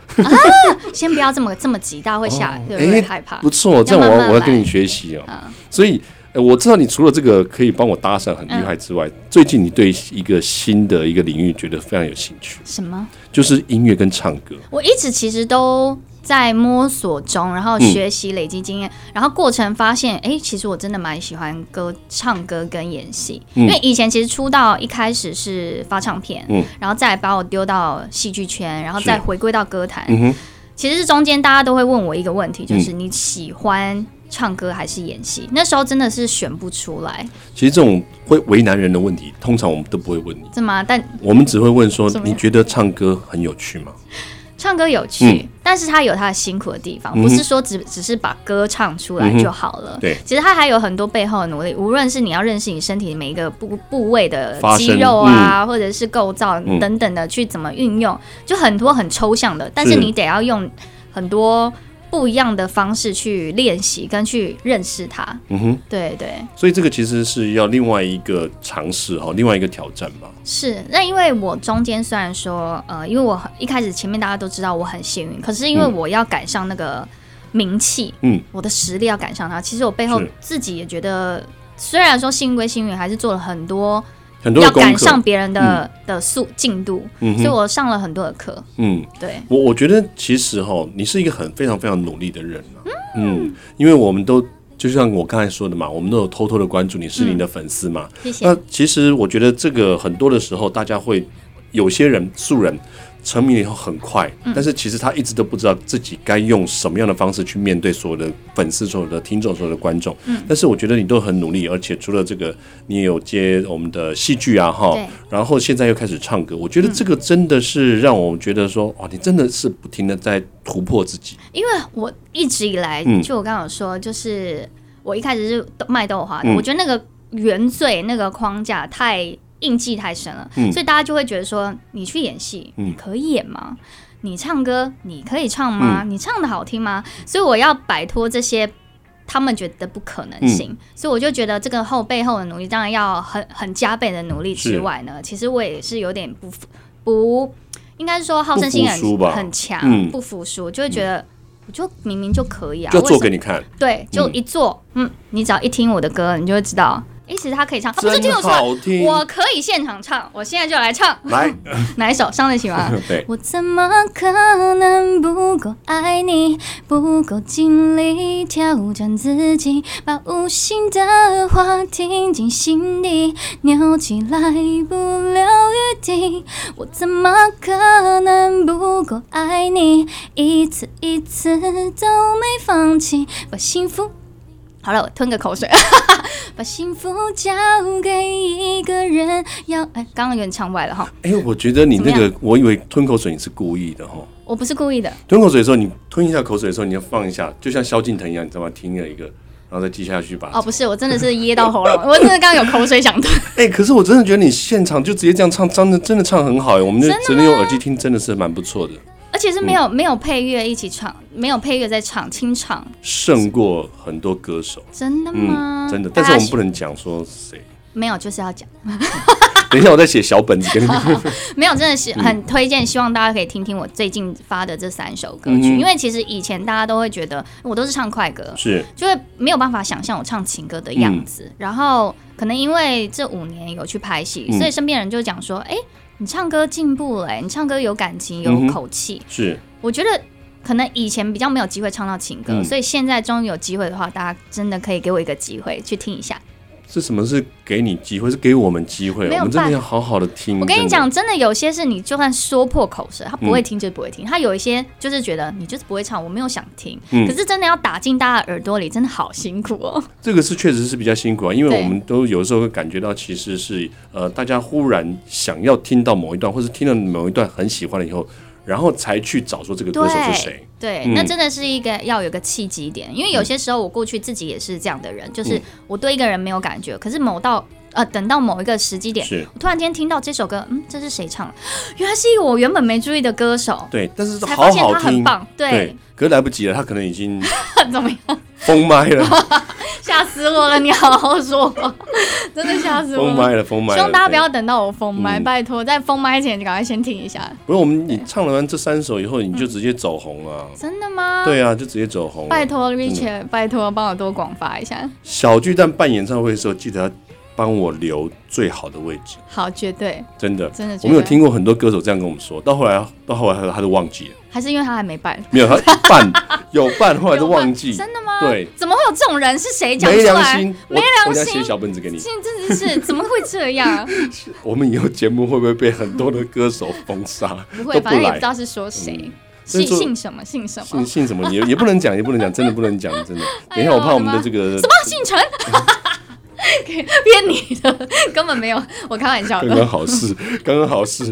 Speaker 2: 先不要这么这么急，大家会吓，对不
Speaker 1: 哎
Speaker 2: 对？害怕。
Speaker 1: 不错，这样我
Speaker 2: 慢慢
Speaker 1: 我要跟
Speaker 2: 来
Speaker 1: 你学习哦。
Speaker 2: 啊
Speaker 1: 所以、呃我知道你除了这个可以帮我搭讪很厉害之外，最近你对一个新的一个领域觉得非常有兴趣，
Speaker 2: 什么？
Speaker 1: 就是音乐跟唱歌。
Speaker 2: 我一直其实都在摸索中，然后学习累积经验，然后过程发现，哎、其实我真的蛮喜欢歌、唱歌跟演戏，因为以前其实出道一开始是发唱片，
Speaker 1: 嗯
Speaker 2: 然后再把我丢到戏剧圈，然后再
Speaker 1: 是
Speaker 2: 回归到歌坛。
Speaker 1: 嗯哼，嗯
Speaker 2: 其实是中间大家都会问我一个问题，就是你喜欢唱歌还是演戏？那时候真的是选不出来，
Speaker 1: 其实这种会为难人的问题，通常我们都不会问你，
Speaker 2: 是吗？啊但
Speaker 1: 我们只会问说
Speaker 2: 怎：么
Speaker 1: 你
Speaker 2: 样
Speaker 1: 觉得唱歌很有趣吗？
Speaker 2: 唱歌有趣，
Speaker 1: 嗯
Speaker 2: 但是它有它的辛苦的地方，
Speaker 1: 嗯哼
Speaker 2: 不是说只只是把歌唱出来
Speaker 1: 嗯哼
Speaker 2: 就好了。
Speaker 1: 对
Speaker 2: 其实它还有很多背后的努力，无论是你要认识你身体每一个部部位的
Speaker 1: 发声
Speaker 2: 肌肉啊，或者是构造
Speaker 1: 嗯
Speaker 2: 等等的去怎么运用，就很多很抽象的，但是
Speaker 1: 是
Speaker 2: 你得要用很多不一样的方式去练习跟去认识它。
Speaker 1: 嗯哼，
Speaker 2: 对对。
Speaker 1: 所以这个其实是要另外一个尝试哈，另外一个挑战吧。
Speaker 2: 是，那因为我中间虽然说，呃，因为我很一开始前面大家都知道我很幸运，可是因为
Speaker 1: 嗯
Speaker 2: 我要赶上那个名气，
Speaker 1: 嗯，
Speaker 2: 我的实力要赶上它，其实我背后
Speaker 1: 是
Speaker 2: 自己也觉得，虽然说幸运归幸运，还是做了很多
Speaker 1: 很多
Speaker 2: 要
Speaker 1: 的功
Speaker 2: 赶上
Speaker 1: 课。
Speaker 2: 别人的、的速进度，
Speaker 1: 嗯
Speaker 2: 所以
Speaker 1: 哼，
Speaker 2: 我上了很多的课。
Speaker 1: 嗯，
Speaker 2: 对，
Speaker 1: 我我觉得其实哈，你是一个很非常非常努力的人、啊、嗯，因为我们都就像我刚才说的嘛，我们都有偷偷的关注你，是你的粉丝嘛。
Speaker 2: 谢谢。
Speaker 1: 那呃其实我觉得这个很多的时候，大家会有些人素人成名以后很快，
Speaker 2: 嗯
Speaker 1: 但是其实他一直都不知道自己该用什么样的方式去面对所有的粉丝、所有的听众、所有的观众。嗯，但是我觉得你都很努力，而且除了这个，你也有接我们的戏剧啊，哈
Speaker 2: 对，嗯
Speaker 1: 然后现在又开始唱歌，我觉得这个真的是让我觉得说，哇，你真的是不停的在突破自己。
Speaker 2: 因为我一直以来，
Speaker 1: 嗯
Speaker 2: 就我刚刚有说，就是我一开始是卖豆花的，
Speaker 1: 嗯
Speaker 2: 我觉得那个原罪那个框架太印记太深了，
Speaker 1: 嗯
Speaker 2: 所以大家就会觉得说，你去演戏，
Speaker 1: 嗯
Speaker 2: 可以演吗？你唱歌，你可以唱
Speaker 1: 嗯
Speaker 2: 吗？你唱的好听吗？所以我要摆脱这些他们觉得不可能性，
Speaker 1: 嗯
Speaker 2: 所以我就觉得这个后背后的努力，当然要很很加倍的努力之
Speaker 1: 是
Speaker 2: 外呢，其实我也是有点不服不，应该是说好胜心
Speaker 1: 不服输
Speaker 2: 很
Speaker 1: 吧
Speaker 2: 很强，
Speaker 1: 嗯
Speaker 2: 不服输，就会觉得我就明明就可以啊，
Speaker 1: 就要做给
Speaker 2: 为什么
Speaker 1: 你看，
Speaker 2: 对，就一做，嗯你只要一听我的歌，你就会知道，诶，其实他可以唱，他不是
Speaker 1: 真
Speaker 2: 听我说。
Speaker 1: 好听。
Speaker 2: 我可以现场唱，我现在就来唱 [LAUGHS]
Speaker 1: 来， [LAUGHS]
Speaker 2: 哪一首？伤得起吗？
Speaker 1: 对，
Speaker 2: 我怎么可能不够爱你，不够尽力挑战自己，把无心的话听进心里，扭起来不留余地。我怎么可能不够爱你，一次一次都没放弃，把幸福。好了，我吞个口水。把幸福交给一个人，要哎，刚刚有点唱歪了哈，
Speaker 1: 哎，我觉得你那
Speaker 2: 怎么
Speaker 1: 个，我以为吞口水你是故意的哈。
Speaker 2: 我不是故意的。
Speaker 1: 吞口水的时候，你吞一下口水的时候，你要放一下，就像萧敬腾一样，你知道吗？停了一个，然后再继续下去吧。
Speaker 2: 哦，不是，我真的是噎到喉
Speaker 1: [LAUGHS]
Speaker 2: 咙，我真的刚刚有口水想吞。
Speaker 1: 哎、可是我真的觉得你现场就直接这样唱，真的真的唱很好哎，我们就只能用耳机听，真的是蛮不错的，
Speaker 2: 而且是没
Speaker 1: 嗯
Speaker 2: 有、没有配乐一起唱，没有配乐在唱，清唱，
Speaker 1: 胜过很多歌手。
Speaker 2: 真的吗？
Speaker 1: 嗯，真的，但是我们不
Speaker 2: 能
Speaker 1: 能讲说谁。 [LAUGHS]
Speaker 2: 没有，就是要讲
Speaker 1: 等一下，我再写小本子给你
Speaker 2: [LAUGHS]
Speaker 1: 们。
Speaker 2: 没有，真的是很推荐，希望大家可以听听我最近发的这三首歌
Speaker 1: 嗯
Speaker 2: 曲，
Speaker 1: 哼
Speaker 2: 因为其实以前大家都会觉得我都是唱快歌，
Speaker 1: 是，
Speaker 2: 就会没有办法想象我唱情歌的样子。然后可能因为这五年有去拍戏，
Speaker 1: 嗯
Speaker 2: 所以身边人就讲说，哎、你唱歌进步了、诶你唱歌有感情，
Speaker 1: 嗯哼
Speaker 2: 有口气，
Speaker 1: 是，
Speaker 2: 我觉得可能以前比较没有机会唱到情歌，
Speaker 1: 嗯
Speaker 2: 所以现在终于有机会的话，大家真的可以给我一个机会去听一下。
Speaker 1: 是什么？是给你机会，是给我们机会。哦
Speaker 2: 没有
Speaker 1: 我们真的
Speaker 2: 办
Speaker 1: 要好好的听。
Speaker 2: 我跟你
Speaker 1: 真的
Speaker 2: 讲，，真的有些是你就算说破口舌，他不
Speaker 1: 嗯
Speaker 2: 会听就是不会听，他有一些就是觉得你就是不会唱，我没有想听。
Speaker 1: 嗯
Speaker 2: 可是真的要打进大家耳朵里，真的好辛苦
Speaker 1: [LAUGHS]
Speaker 2: 哦。
Speaker 1: 这个是确实是比较辛苦啊，因为
Speaker 2: 对
Speaker 1: 我们都有时候会感觉到，其实是呃，大家忽然想要听到某一段，或是听到某一段很喜欢了以后，然后才去找说这个歌手是谁
Speaker 2: 对。对，
Speaker 1: 嗯
Speaker 2: 那真的是一个要有个契机点，因为有些时候我过去自己也是这样的人，就是
Speaker 1: 嗯
Speaker 2: 我对一个人没有感觉，可是某到呃等到某一个时机点，
Speaker 1: 是
Speaker 2: 我突然间听到这首歌，嗯，这是谁唱的？原来是一个我原本没注意的歌手，
Speaker 1: 对，但是
Speaker 2: 才
Speaker 1: 好
Speaker 2: 发现他
Speaker 1: 好
Speaker 2: 很
Speaker 1: 听，
Speaker 2: 棒，对， [LAUGHS]
Speaker 1: 可是来不及了，他可能已经
Speaker 2: 怎么样？ [LAUGHS]
Speaker 1: 封麦了，
Speaker 2: 吓死我了！你好好说 [LAUGHS] 话，真的吓死我
Speaker 1: 封麦
Speaker 2: 了。
Speaker 1: 了，封麦
Speaker 2: [LAUGHS] 希
Speaker 1: 了。
Speaker 2: 望大家不
Speaker 1: 对
Speaker 2: 要等到我封麦，
Speaker 1: 嗯
Speaker 2: 拜托，在封麦前赶快先听一下。
Speaker 1: 不是我们，你唱完这三首以后，你就直接走红了啊。
Speaker 2: 真的吗？，
Speaker 1: 对啊，就直接走红了。
Speaker 2: 嗯拜托 Richard，拜托帮我多广发一下。
Speaker 1: 小巨蛋办演唱会的时候，记得要帮我留最好的位置，
Speaker 2: 好，绝对，
Speaker 1: 真的。
Speaker 2: 真的绝
Speaker 1: 我
Speaker 2: 对。
Speaker 1: 们有听过很多歌手这样跟我们说，到后来，到后来他他都忘记了。
Speaker 2: 还是因为他还没办，
Speaker 1: 没有，他一半有半，后来都忘记。
Speaker 2: 真的吗？
Speaker 1: 对，
Speaker 2: 怎么会有这种人？是谁讲出
Speaker 1: 没良
Speaker 2: 来？
Speaker 1: 心，我
Speaker 2: 没
Speaker 1: 我
Speaker 2: 良
Speaker 1: 等下
Speaker 2: 心
Speaker 1: 写，小本子给你。
Speaker 2: 现在真的是怎么会这
Speaker 1: [LAUGHS]
Speaker 2: 样？
Speaker 1: 我们以后节目会不会被很多的歌手封杀？都
Speaker 2: 不会，
Speaker 1: 不
Speaker 2: 反正也不
Speaker 1: 来嗯
Speaker 2: 知。道是说谁，
Speaker 1: 所以
Speaker 2: 姓
Speaker 1: 说
Speaker 2: 姓什么姓什
Speaker 1: 信
Speaker 2: 么，
Speaker 1: 信什么？也也不能讲，也不能讲，真的不能讲，真
Speaker 2: [LAUGHS]
Speaker 1: 的。等一下，我怕我们的这个
Speaker 2: 什么姓陈，骗你的，根本没有，我开玩笑
Speaker 1: 刚
Speaker 2: 的
Speaker 1: 刚，好
Speaker 2: [LAUGHS]
Speaker 1: 事，刚刚好事。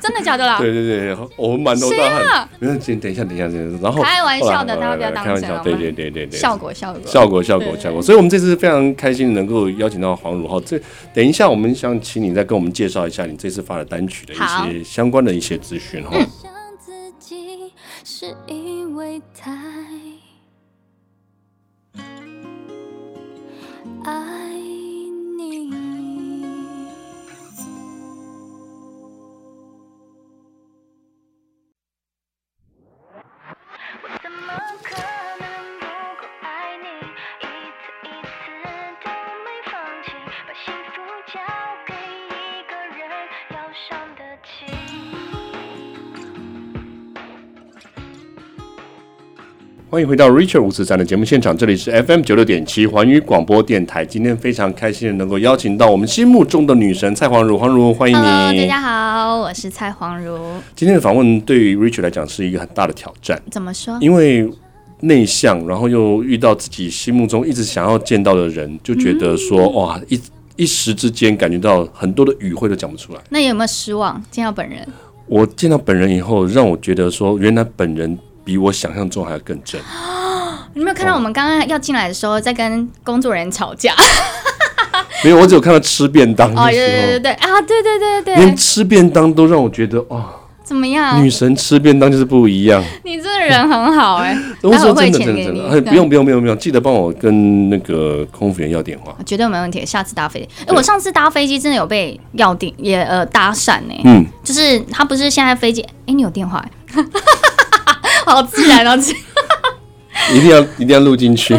Speaker 2: 真的假的啦？
Speaker 1: 啊对对对，我们满头大
Speaker 2: 谁
Speaker 1: 汗
Speaker 2: 啊。
Speaker 1: 没有，等等一下，等一下，等一下。然后
Speaker 2: 开玩笑的
Speaker 1: 后来
Speaker 2: 大家不
Speaker 1: 后来
Speaker 2: 要当
Speaker 1: 开玩
Speaker 2: 真
Speaker 1: 笑。
Speaker 2: 好
Speaker 1: 对
Speaker 2: 吗
Speaker 1: 对对对对。
Speaker 2: 效果效果
Speaker 1: 效果，效果，
Speaker 2: 对
Speaker 1: 效果。所以，我们这次非常开心能够邀请到黄汝浩。这等一下，我们想请你再跟我们介绍一下你这次发的单曲的一
Speaker 2: 好嗯
Speaker 1: 些相关的一些资讯哈。
Speaker 4: 想自己是因为太爱你。
Speaker 3: 怎么可能不够爱你？一次一次都没放弃，把幸福交给
Speaker 1: 欢迎回到 Richard 五四三的节目现场，这里是 FM 九六点七环宇广播电台。今天非常开心的能够邀请到我们心目中的女神蔡黄如，黄如欢迎
Speaker 2: Hello，大呃
Speaker 1: 你。
Speaker 2: 家好，我是蔡黄如。
Speaker 1: 今天的访问对于 Richard 来讲是一个很大的挑战，
Speaker 2: 怎么说？
Speaker 1: 因为内向，然后又遇到自己心目中一直想要见到的人，就觉得说、
Speaker 2: 嗯
Speaker 1: 哇，一一时之间感觉到很多的语汇都讲不出来。
Speaker 2: 那有没有失望？见到本人，
Speaker 1: 我见到本人以后，让我觉得说，原来本人比我想象中还要更
Speaker 2: [GASPS]
Speaker 1: 真。
Speaker 2: 你有没
Speaker 1: 哦
Speaker 2: 有看到我们刚刚要进来的时候，在跟工作人员吵架？
Speaker 1: 没有，我只有看到吃便当的时候，
Speaker 2: 哦，对对对对啊，对对对对
Speaker 1: 连，吃便当都让我觉得哇，
Speaker 2: 怎么样
Speaker 1: 女？神吃便当就是不一样。
Speaker 2: 你这个人很好哎、
Speaker 1: [LAUGHS] 我
Speaker 2: 待会
Speaker 1: 说
Speaker 2: 儿汇
Speaker 1: 真的，真的，
Speaker 2: 钱给
Speaker 1: 真
Speaker 2: 你
Speaker 1: 的，哎，，
Speaker 2: 对
Speaker 1: 不用，不用，不用，不用，记得帮我跟那个空服员要电
Speaker 2: [LAUGHS]
Speaker 1: 话。
Speaker 2: 绝对没问题。下次搭飞机，哎、
Speaker 1: 对
Speaker 2: 我上次搭飞机真的有被要定也呃搭讪呢、
Speaker 1: 嗯，
Speaker 2: 就是他不是现在飞机，哎、你有电话、欸？ [LAUGHS] 好自然 [LAUGHS] 哦，自
Speaker 1: 一定要，一定要录进
Speaker 2: [LAUGHS]
Speaker 1: 去。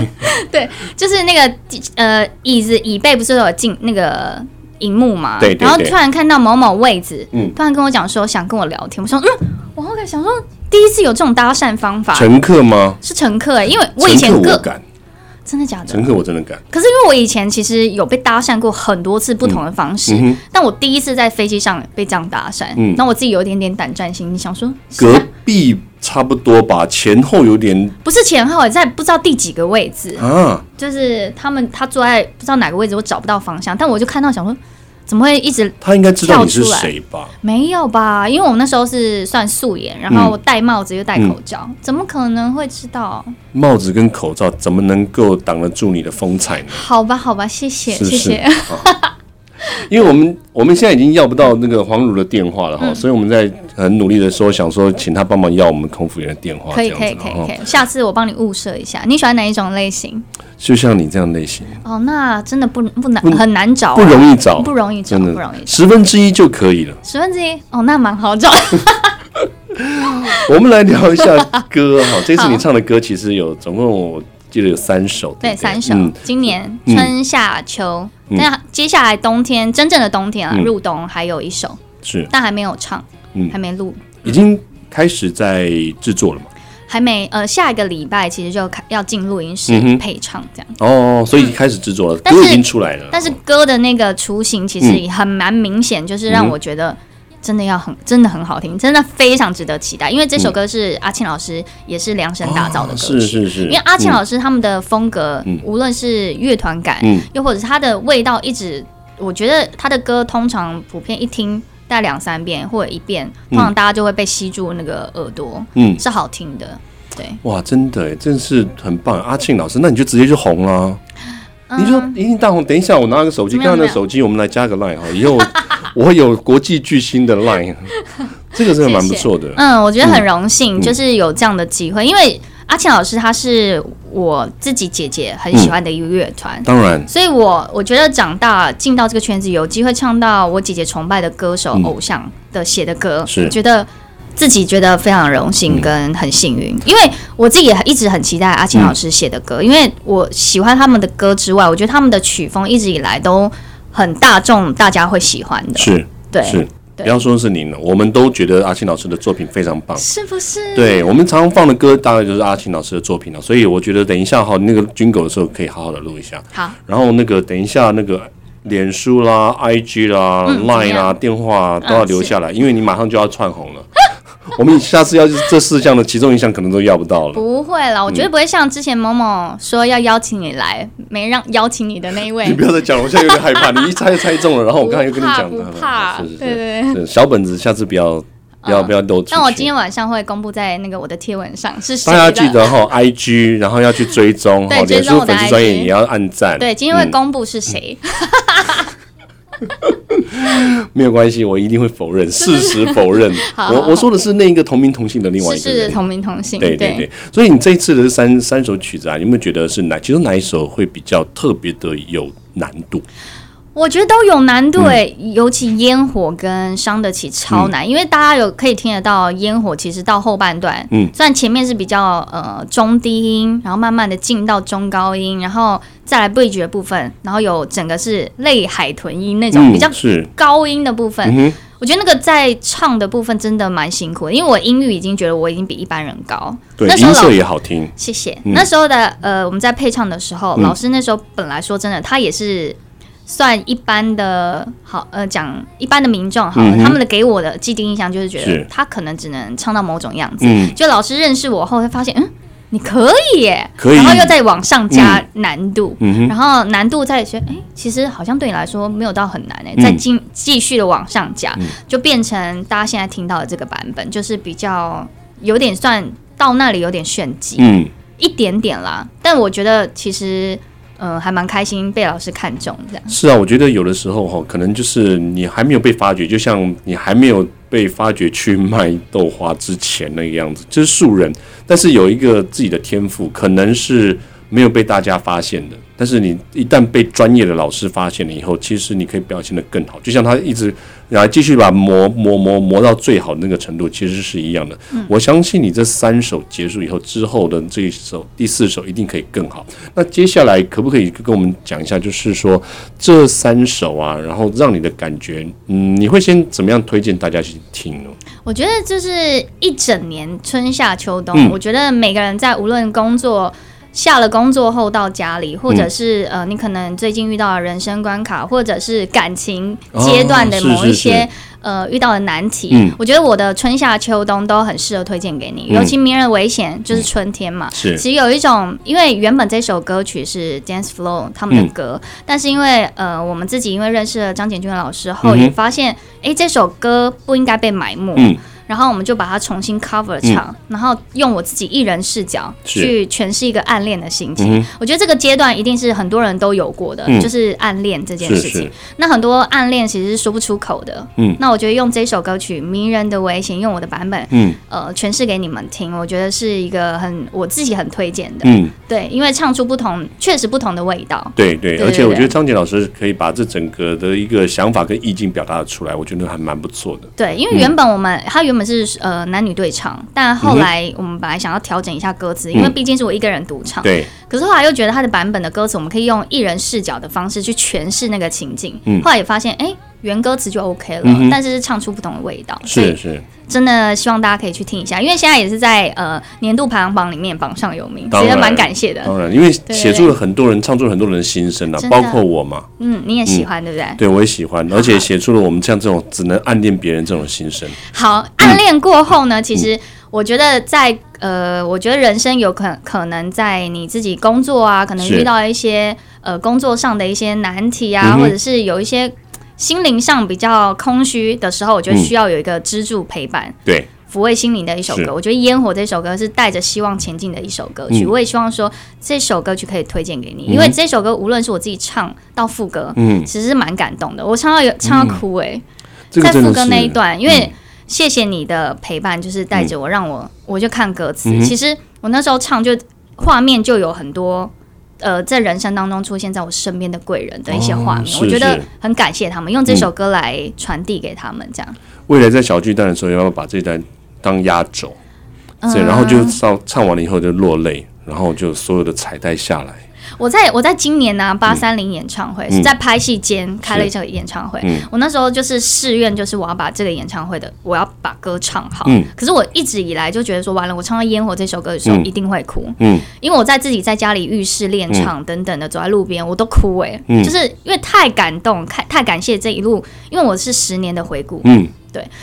Speaker 2: 就是那个呃椅子椅背不是都有进那个荧幕嘛？
Speaker 1: 对对对
Speaker 2: 然后突然看到某某位置，
Speaker 1: 嗯
Speaker 2: 突然跟我讲说想跟我聊天，我说嗯，我后来想说第一次有这种搭讪方法
Speaker 1: 乘客吗？
Speaker 2: 是乘客、欸，因为我以
Speaker 1: 乘
Speaker 2: 前
Speaker 1: 客我
Speaker 2: 个
Speaker 1: 敢，
Speaker 2: 真的假的？
Speaker 1: 乘客我真的敢。
Speaker 2: 可是因为我以前其实有被搭讪过很多次不同的方式，
Speaker 1: 嗯哼，
Speaker 2: 但我第一次在飞机上被这样搭讪，
Speaker 1: 嗯
Speaker 2: 那我自己有一点点胆战心惊，想说
Speaker 1: 隔
Speaker 2: 是啊
Speaker 1: 壁差不多吧，前后有点
Speaker 2: 不是前后，在不知道第几个位置，
Speaker 1: 啊，
Speaker 2: 就是他们他坐在不知道哪个位置，我找不到方向，但我就看到想说，怎么会一直
Speaker 1: 他应该知道你是
Speaker 2: 跳出来
Speaker 1: 谁吧？
Speaker 2: 没有吧？因为我们那时候是算素颜，然后戴帽子又戴口罩，
Speaker 1: 嗯
Speaker 2: 怎么可能会知道？
Speaker 1: 帽子跟口罩怎么能够挡得住你的风采呢？
Speaker 2: 好吧，好吧，谢谢，
Speaker 1: 是不
Speaker 2: 谢
Speaker 1: 是
Speaker 2: 谢。
Speaker 1: 因为我们我们现在已经要不到那个黄汝的电话
Speaker 2: 嗯
Speaker 1: 了哈，所以我们在很努力的说，想说请他帮忙要我们空服员的电话，
Speaker 2: [LAUGHS] 可以，
Speaker 1: 这
Speaker 2: 可以，
Speaker 1: 样子
Speaker 2: 可以，
Speaker 1: 然后
Speaker 2: 可以。下次我帮你物色一下，你喜欢哪一种类型？
Speaker 1: 就像你这样类型，
Speaker 2: 哦，那真的不不难，
Speaker 1: 不
Speaker 2: 很难找啊、
Speaker 1: 不容易找，
Speaker 2: 不容易找，
Speaker 1: 真的
Speaker 2: 不容易找。
Speaker 1: 十分之一就可以了。
Speaker 2: 十分之一哦，那
Speaker 1: [LAUGHS]
Speaker 2: 蛮好找。
Speaker 1: 我们来聊一下歌
Speaker 2: [LAUGHS]
Speaker 1: 哈，这次你唱的歌其实有总共我记得有三首，对
Speaker 2: 对，
Speaker 1: 不对
Speaker 2: 三首，
Speaker 1: 嗯
Speaker 2: 今年
Speaker 1: 嗯
Speaker 2: 春夏秋，
Speaker 1: 嗯
Speaker 2: 那、接下来冬天真正的冬天啊，
Speaker 1: 嗯
Speaker 2: 入冬还有一首，
Speaker 1: 是
Speaker 2: 但还没有唱，
Speaker 1: 嗯
Speaker 2: 还没录，
Speaker 1: 已经开始在制作了嘛？
Speaker 2: 还没呃，下一个礼拜其实就开要进录音室
Speaker 1: 嗯哼
Speaker 2: 配唱这样。
Speaker 1: 哦，所以开始制作了，
Speaker 2: 但是
Speaker 1: 歌已经出来了，
Speaker 2: 但是歌的那个雏形其实
Speaker 1: 嗯
Speaker 2: 也很蛮明显，就是让我觉得。真的要很，真的很好听，真的非常值得期待。因为这首歌是阿庆老师，也是量身打造的歌
Speaker 1: 是
Speaker 2: 曲。
Speaker 1: 是是，
Speaker 2: 因为阿庆
Speaker 1: 嗯
Speaker 2: 老师他们的风格，
Speaker 1: 嗯
Speaker 2: 无论是乐团感，
Speaker 1: 嗯
Speaker 2: 又或者是他的味道，一直我觉得他的歌通常普遍一听大概两三遍或者一遍，通常大家就会被吸住那个耳朵，
Speaker 1: 嗯
Speaker 2: 是好听的。对，
Speaker 1: 哇，真的耶，真是很棒，阿庆老师，那你就直接就红了啊、
Speaker 2: 嗯
Speaker 1: 你就一定大红。等一下，我拿个手机，
Speaker 2: 没
Speaker 1: 看
Speaker 2: 有
Speaker 1: 他的
Speaker 2: 没有
Speaker 1: 手机，我们来加个 line 哈。以后 [LAUGHS] 我会有国际巨星的 line，这个真的蛮不错的。
Speaker 2: 嗯，我觉得很荣幸，就是有这样的机会，因为阿庆老师他是我自己姐姐
Speaker 1: 嗯
Speaker 2: 很喜欢的一个乐团。
Speaker 1: 当然，
Speaker 2: 所以我，我觉得长大进到这个圈子，有机会唱到我姐姐崇拜的歌手、
Speaker 1: 嗯
Speaker 2: 偶像的写的歌，
Speaker 1: 是
Speaker 2: 觉得自己觉得非常荣幸跟很幸
Speaker 1: 嗯
Speaker 2: 运，因为我自己也一直很期待阿琴老师写的歌，因为我喜欢他们的歌之外，我觉得他们的曲风一直以来都很大众，大家会喜欢的，
Speaker 1: 是
Speaker 2: 对，
Speaker 1: 是，
Speaker 2: 对
Speaker 1: 不要说是您了，我们都觉得阿庆老师的作品非常棒。
Speaker 2: 是不是？
Speaker 1: 对我们常常放的歌，大概就是阿庆老师的作品了。所以我觉得等一下哈，那个军狗的时候可以好好的录一下。
Speaker 2: 好，
Speaker 1: 然后那个等一下那个。脸书啦、IG 啦、
Speaker 2: 嗯
Speaker 1: Line
Speaker 2: 怎么
Speaker 1: 啦、
Speaker 2: 样嗯
Speaker 1: 电话啊都要留
Speaker 2: 是
Speaker 1: 下来，因为你马上就要串红了。 [LAUGHS] 我们下次要是这四项的其中一项可能都要不到了。
Speaker 2: 不会啦，我绝对不会像之前某某说要邀请你来，没让邀请你的那一位
Speaker 1: 你，不要再讲了，我现在有点害
Speaker 2: [LAUGHS]
Speaker 1: 怕。你一猜就猜中了，然后我刚才又跟你讲
Speaker 2: 不
Speaker 1: 了
Speaker 2: 怕，不怕
Speaker 1: 是是是，
Speaker 2: 对对
Speaker 1: 是小本子，下次不要不要
Speaker 2: 嗯
Speaker 1: 不要露出去。
Speaker 2: 但我今天晚上会公布在那个我的贴文上是谁
Speaker 1: 大
Speaker 2: 的。
Speaker 1: 家记得哈，IG，然后要去追踪哈，
Speaker 2: 对追
Speaker 1: 脸
Speaker 2: 踪
Speaker 1: 书
Speaker 2: 我的
Speaker 1: 粉丝专业
Speaker 2: IG
Speaker 1: 也要按赞。
Speaker 2: 对，今天会
Speaker 1: 嗯
Speaker 2: 公布是谁。
Speaker 1: 没有关系，我一定会否
Speaker 2: [LAUGHS]
Speaker 1: 认，事实否认。
Speaker 2: 好好
Speaker 1: 我我说的是那一个同名同姓的另外
Speaker 2: 是
Speaker 1: 一个
Speaker 2: 是
Speaker 1: 人。
Speaker 2: 同名同姓。
Speaker 1: 对对对，所以你这一次的三三首曲子啊，你有没有觉得是哪？其中哪一首会比较特别的有难度？
Speaker 2: 我觉得都有难
Speaker 1: 嗯
Speaker 2: 度诶、尤其烟火跟伤得起超难，因为大家有可以听得到烟火，其实到后半段，
Speaker 1: 嗯
Speaker 2: 虽然前面是比较呃中低音，然后慢慢的进到中高音，然后再来 bridge 的部分，然后有整个是类海豚音那种、
Speaker 1: 嗯
Speaker 2: 比较
Speaker 1: 是，
Speaker 2: 高音的部分，
Speaker 1: 嗯哼，
Speaker 2: 我觉得那个在唱的部分真的蛮辛苦的，因为我英语已经觉得我已经比一般人高。
Speaker 1: 对
Speaker 2: 那，时候
Speaker 1: 音
Speaker 2: 老
Speaker 1: 色也好听，
Speaker 2: 谢谢。
Speaker 1: 嗯
Speaker 2: 那时候的呃，我们在配唱的时候，
Speaker 1: 嗯
Speaker 2: 老师那时候本来说真的，他也是算一般的，好呃，讲一般的民众好了，
Speaker 1: 嗯哼
Speaker 2: 他们的给我的既定印象就是觉得
Speaker 1: 是
Speaker 2: 他可能只能唱到某种样子。
Speaker 1: 嗯，
Speaker 2: 就老师认识我后，才发现嗯，你可以耶，
Speaker 1: 可以
Speaker 2: 然后又再往上加难度。
Speaker 1: 嗯哼
Speaker 2: 然后难度再觉得，哎，其实好像对你来说没有到很难哎、
Speaker 1: 嗯
Speaker 2: 再继继续的往上加，就变成大家现在听到的这个版本，就是比较有点算到那里有点炫技，
Speaker 1: 嗯，
Speaker 2: 一点点啦。但我觉得其实，呃，还蛮开心被老师看中这样。
Speaker 1: 是啊，我觉得有的时候哈，可能就是你还没有被发掘，就像你还没有被发掘去卖豆花之前那个样子，就是素人，但是有一个自己的天赋，可能是没有被大家发现的。但是你一旦被专业的老师发现了以后，其实你可以表现得更好。就像他一直然后继续把磨磨磨磨到最好的那个程度，其实是一样的。我相信你这三首结束以后，之后的这一首第四首一定可以更好。那接下来可不可以跟我们讲一下，就是说这三首啊，然后让你的感觉，嗯，你会先怎么样推荐大家去听呢？
Speaker 2: 我觉得就是一整年春夏秋冬，
Speaker 1: 嗯
Speaker 2: 我觉得每个人在无论工作。下了工作后到家里，或者是、
Speaker 1: 嗯
Speaker 2: 呃，你可能最近遇到的人生关卡，或者是感情阶段的
Speaker 1: 哦是
Speaker 2: 某一
Speaker 1: 是
Speaker 2: 些、
Speaker 1: 是
Speaker 2: 呃遇到的难题，
Speaker 1: 嗯
Speaker 2: 我觉得我的春夏秋冬都很适合推荐给你。
Speaker 1: 嗯
Speaker 2: 尤其《名人危险》就是春天嘛，
Speaker 1: 是
Speaker 2: 其实有一种，因为原本这首歌曲是 Dance Flow 他
Speaker 1: 嗯
Speaker 2: 们的歌，但是因为呃，我们自己因为认识了张简君老师
Speaker 1: 嗯
Speaker 2: 后，
Speaker 1: 哼
Speaker 2: 也发现，哎、这首歌不应该被埋没，
Speaker 1: 嗯
Speaker 2: 然后我们就把它重新 cover 唱，然后用我自己一人视角
Speaker 1: 是
Speaker 2: 去诠释一个暗恋的心情。
Speaker 1: 嗯哼，
Speaker 2: 我觉得这个阶段一定是很多人都有过的，
Speaker 1: 嗯
Speaker 2: 就是暗恋这件
Speaker 1: 是
Speaker 2: 事情。
Speaker 1: 是，
Speaker 2: 那很多暗恋其实是说不出口的，
Speaker 1: 嗯
Speaker 2: 那我觉得用这首歌曲《迷人的危险》，用我的版本，
Speaker 1: 嗯
Speaker 2: 呃，诠释给你们听，我觉得是一个很我自己很推荐的，
Speaker 1: 嗯，
Speaker 2: 对，因为唱出不同，确实不同的味道。
Speaker 1: 对对，
Speaker 2: 对
Speaker 1: 而且我
Speaker 2: 对
Speaker 1: 觉得张杰老师可以把这整个的一个想法跟意境表达得出来，我觉得还蛮不错的。
Speaker 2: 对，因为原本我们、它原本是呃男女对唱，但后来我们本来想要调整一下歌词，因为
Speaker 1: 嗯
Speaker 2: 毕竟是我一个人独唱，
Speaker 1: 对，
Speaker 2: 可是后来又觉得他的版本的歌词，我们可以用一人视角的方式去诠释那个情境。
Speaker 1: 嗯
Speaker 2: 后来也发现，哎、原歌词就 OK 了，
Speaker 1: 嗯哼
Speaker 2: 但是是唱出不同的味道。所
Speaker 1: 是
Speaker 2: 以
Speaker 1: 是，
Speaker 2: 真的希望大家可以去听一下，因为现在也是在呃年度排行榜里面榜上有名，
Speaker 1: 当
Speaker 2: 觉
Speaker 1: 然嗯
Speaker 2: 得蛮感谢的。
Speaker 1: 当然，因为
Speaker 2: 对
Speaker 1: 写出了很多人，唱出了很多人的心声啊
Speaker 2: 真，的啊
Speaker 1: 包括我嘛。
Speaker 2: 嗯，你也喜欢、对不对？
Speaker 1: 对，我也喜欢，而且写出了我们像这种只能暗恋别人这种心声。
Speaker 2: 好，暗恋过后呢，其实我觉得在呃，我觉得人生有可可能在你自己工作啊，可能
Speaker 1: 是
Speaker 2: 遇到一些呃工作上的一些难题啊，
Speaker 1: 嗯哼
Speaker 2: 或者是有一些心灵上比较空虚的时候，我
Speaker 1: 嗯
Speaker 2: 觉得需要有一个支柱陪伴。
Speaker 1: 对，
Speaker 2: 抚慰心灵的一首
Speaker 1: 是
Speaker 2: 歌，我觉得《烟火》这首歌是带着希望前进的一首歌曲。
Speaker 1: 嗯
Speaker 2: 我也希望说这首歌曲可以推荐给你，
Speaker 1: 嗯
Speaker 2: 因为这首歌无论是我自己唱到副歌，
Speaker 1: 嗯，
Speaker 2: 其实是蛮感动的。我唱到有唱到哭哎、
Speaker 1: 这个
Speaker 2: 在
Speaker 1: 真的
Speaker 2: 副
Speaker 1: 是嗯
Speaker 2: 歌那一段，因为谢谢你的陪伴，就是带着我，让我我就看歌词。
Speaker 1: 嗯哼
Speaker 2: 其实我那时候唱就画面就有很多。呃，在人生当中出现在我身边的贵人的一些画面，
Speaker 1: 哦
Speaker 2: 我
Speaker 1: 是
Speaker 2: 觉得
Speaker 1: 是嗯
Speaker 2: 很感谢他们，用这首歌来传递给他们，这样。
Speaker 1: 未来在小巨蛋的时候，要不要把这段当压轴？
Speaker 2: 嗯
Speaker 1: 对，然后就唱唱完了以后就落泪，然后就所有的彩带下来。
Speaker 2: 我在我在今年
Speaker 1: 嗯
Speaker 2: 呢八三零演唱会、是在拍戏间开了一场演唱会，
Speaker 1: 嗯
Speaker 2: 我那时候就是誓愿，就是我要把这个演唱会的我要把歌唱好。
Speaker 1: 嗯
Speaker 2: 可是我一直以来就觉得说，完了，我唱到《烟火》这首歌的时候
Speaker 1: 嗯
Speaker 2: 一定会哭，
Speaker 1: 嗯
Speaker 2: 因为我在自己在家里浴室练唱等等的，走在路边我都哭哎、
Speaker 1: 嗯
Speaker 2: 就是因为太感动，太太感谢这一路，因为我是十年的回顾，
Speaker 1: 嗯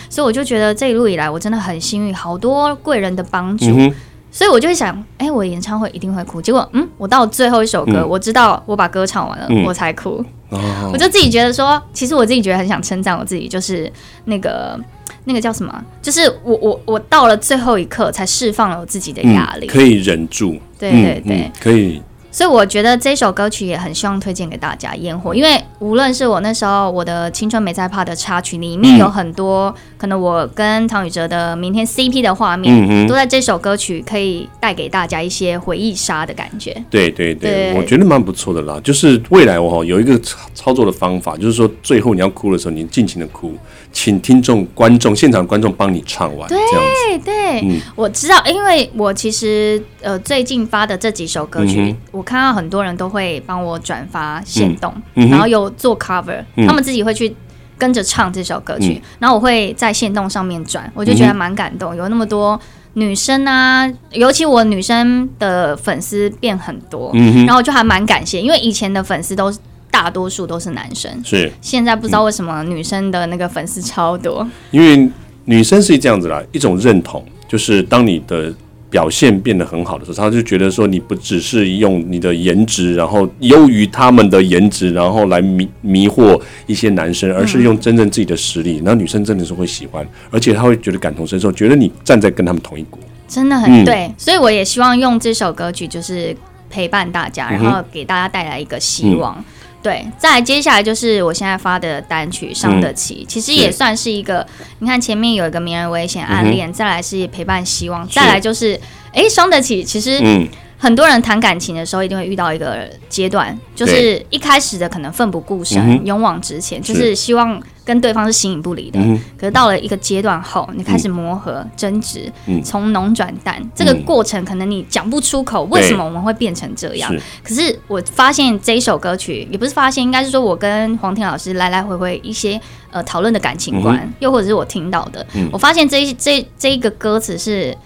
Speaker 2: 所以我就觉得这一路以来我真的很幸运，好多贵人的帮助。
Speaker 1: 嗯哼，
Speaker 2: 所以我就会想，哎、我演唱会一定会哭。结果，嗯，我到最后一首歌，
Speaker 1: 嗯
Speaker 2: 我知道我把歌唱完了，
Speaker 1: 嗯
Speaker 2: 我才哭。
Speaker 1: 哦
Speaker 2: 我就自己觉得说，其实我自己觉得很想称赞我自己，就是那个那个叫什么啊，就是我我我到了最后一刻才释放了我自己的压力。
Speaker 1: 嗯，可以忍住。
Speaker 2: 对
Speaker 1: 嗯
Speaker 2: 对对，
Speaker 1: 嗯可以。
Speaker 2: 所以我觉得这首歌曲也很希望推荐给大家《烟火》，因为无论是我那时候我的《青春没在怕》的插曲里
Speaker 1: 嗯
Speaker 2: 面有很多、可能我跟唐禹哲的明天 CP 的画面，
Speaker 1: 嗯
Speaker 2: 都
Speaker 1: 哼，
Speaker 2: 在这首歌曲可以带给大家一些回忆杀的感觉。
Speaker 1: 对对对，
Speaker 2: 对
Speaker 1: 我觉得蛮不错的啦。就是未来我哦有一个操操作的方法，就是说最后你要哭的时候，你尽情的哭，请听众、观众、现场观众帮你唱完，这样子。
Speaker 2: 对对，
Speaker 1: 嗯
Speaker 2: 我知道，因为我其实呃最近发的这几首歌曲，
Speaker 1: 嗯
Speaker 2: 我看到很多人都会帮我转发线动，
Speaker 1: 嗯嗯哼
Speaker 2: 然后有做 cover，、
Speaker 1: 嗯
Speaker 2: 他们自己会去。跟着唱这首歌曲，然后我会在线动上面转，我就觉
Speaker 1: 嗯
Speaker 2: 得
Speaker 1: 哼
Speaker 2: 蛮感动，有那么多女生啊，尤其我女生的粉丝变很多，
Speaker 1: 嗯哼
Speaker 2: 然后我就还蛮感谢，因为以前的粉丝都是大多数都是男生。
Speaker 1: 是
Speaker 2: 现在不
Speaker 1: 嗯
Speaker 2: 知道为什么女生的那个粉丝超多，
Speaker 1: 因为女生是这样子啦，一种认同，就是当你的表现变得很好的时候，她就觉得说你不只是用你的颜值，然后优于他们的颜值，然后来迷迷惑一些男生，而是用真正自己的实力，那、女生真的是会喜欢，而且她会觉得感同身受，觉得你站在跟他们同一国。
Speaker 2: 真的很
Speaker 1: 嗯
Speaker 2: 对，所以我也希望用这首歌曲就是陪伴大家，
Speaker 1: 嗯
Speaker 2: 然后给大家带来一个希望。对，再来接下来就是我现在发的单曲《伤得起》，其实
Speaker 1: 嗯
Speaker 2: 也
Speaker 1: 是嗯
Speaker 2: 算是一个，你看前面有一个名人危险暗恋，再来是陪伴希望，再来就是，哎，伤得起，其实
Speaker 1: 嗯，
Speaker 2: 很多人谈感情的时候，一定会遇到一个阶段，就是一开始的可能奋不顾身、
Speaker 1: 嗯哼
Speaker 2: 勇往直前，就是是希望跟对方是形影不离的。
Speaker 1: 嗯哼
Speaker 2: 可是到了一个阶段后，你开始磨合、争执
Speaker 1: 嗯，
Speaker 2: 从浓转淡，这个过程可能你讲不出口，为什么我们会变成这样
Speaker 1: 是？
Speaker 2: 可是我发现这一首歌曲，也不是发现，应该是说我跟黄天老师来来回回一些呃讨论的感情
Speaker 1: 嗯
Speaker 2: 观，又或者是我听到的，我发现这一这这一个歌词是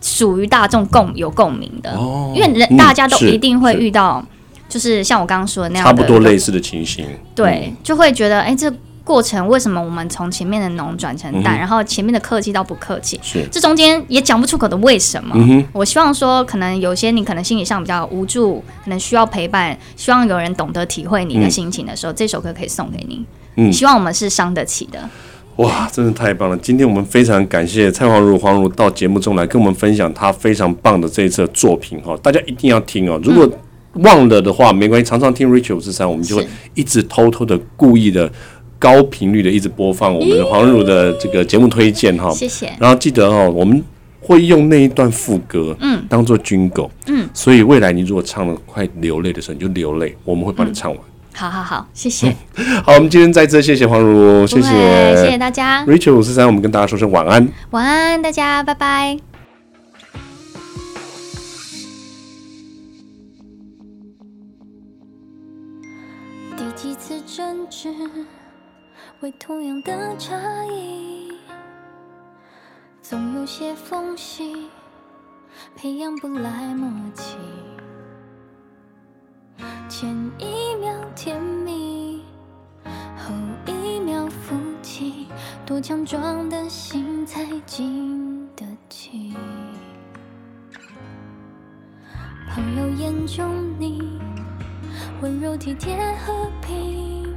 Speaker 2: 属于大众共有共鸣的，
Speaker 1: 哦
Speaker 2: 因为人
Speaker 1: 嗯
Speaker 2: 大家都
Speaker 1: 是
Speaker 2: 一定会
Speaker 1: 是
Speaker 2: 遇到，就是像我刚刚说的那样
Speaker 1: 差
Speaker 2: 的，
Speaker 1: 不多类似的嗯情形。
Speaker 2: 对，就会觉得哎、这过程为什么我们从前面的浓转成淡，
Speaker 1: 嗯哼
Speaker 2: 然后前面的客气到不客气，
Speaker 1: 是
Speaker 2: 这中间也讲不出口的为什么。
Speaker 1: 嗯哼，
Speaker 2: 我希望说，可能有些你可能心理上比较无助，可能需要陪伴，希望有人懂得体会你的
Speaker 1: 嗯
Speaker 2: 心情的时候，这首歌可以送给你。
Speaker 1: 嗯
Speaker 2: 希望我们是伤得起的。
Speaker 1: 哇，真的太棒了！今天我们非常感谢蔡黄如黄如到节目中来跟我们分享她非常棒的这一次的作品哈，大家一定要听
Speaker 2: 嗯
Speaker 1: 哦。如果忘了的话，没关系，常常听 Rachel 之三，我们就会
Speaker 2: 是
Speaker 1: 一直偷偷的、故意的、高频率的一直播放我们黄如的这个节目推荐哈。
Speaker 2: 谢谢。
Speaker 1: 然后记得哦，我们会用那一段副歌，嗯，当做军狗，嗯，所以未来你如果唱的快流泪的时候，你就流泪，我们会
Speaker 2: 嗯
Speaker 1: 帮你唱完。
Speaker 2: 好好好，谢谢，
Speaker 1: 好，我们今天再次谢谢黄如，
Speaker 2: 不
Speaker 1: 嗯谢
Speaker 2: 会
Speaker 1: 谢，
Speaker 2: 谢谢大家，
Speaker 1: Rachel 五四三，我们跟大家说声晚安。
Speaker 2: 晚安，大家，拜拜。
Speaker 4: 第几次争执，为同样的差异，总有些缝隙，培养不来默契。前一秒甜蜜，后一秒负气，多强壮的心才经得起。朋友眼中你。温柔体贴和平，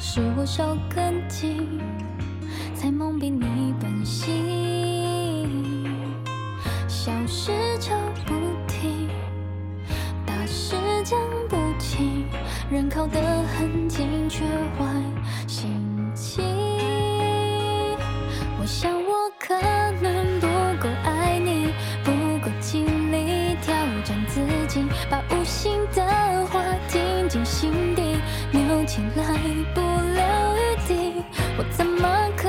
Speaker 4: 是我少根筋，才蒙蔽你本性。小事吵不停，大事讲不清，人靠得很近却坏心情。我想我可能不够爱你，不够尽力挑战自己，把无心的话听进心底，扭起来不留余地。我怎么可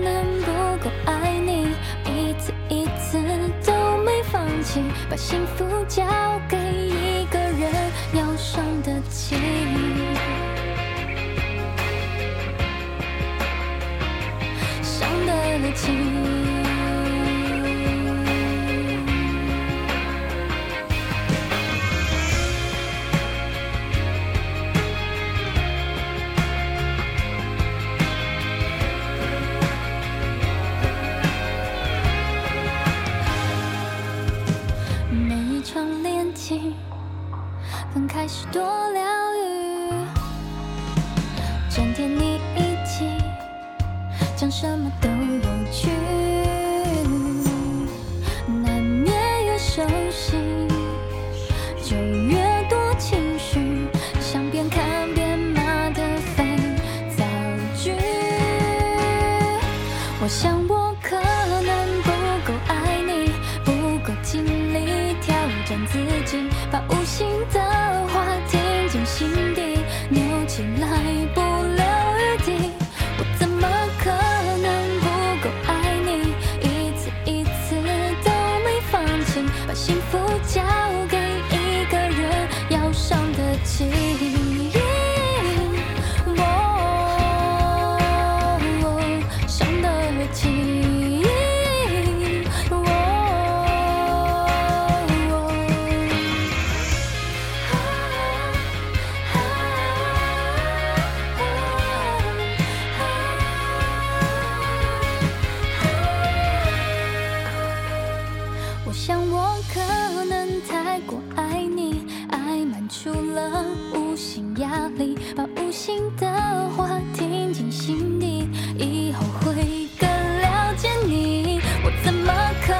Speaker 4: 能不够爱你？一次一次都没放弃，把幸福交给一个人，要伤得起。伤得起。每一场恋情，分开时多疗愈，整天你一起。讲什么都有趣，难免越熟悉，就越多情绪，想边看边骂的肥皂剧。我想我可能不够爱你，不够尽力挑战自己，把无心的话听进心底，扭起来不留余地。我怎么可能不够爱你？一次一次都没放弃，把幸福交给一个人，要伤得起。哦里，把无心的话听进心底，以后会更了解你。我怎么可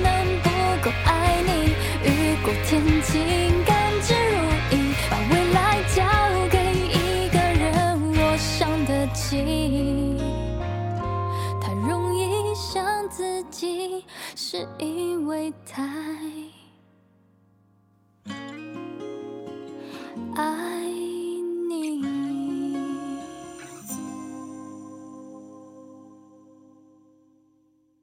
Speaker 4: 能不够爱你？雨过天晴，甘之如饴，把未来交给一个人，我伤得起。太容易伤自己，是因为太爱。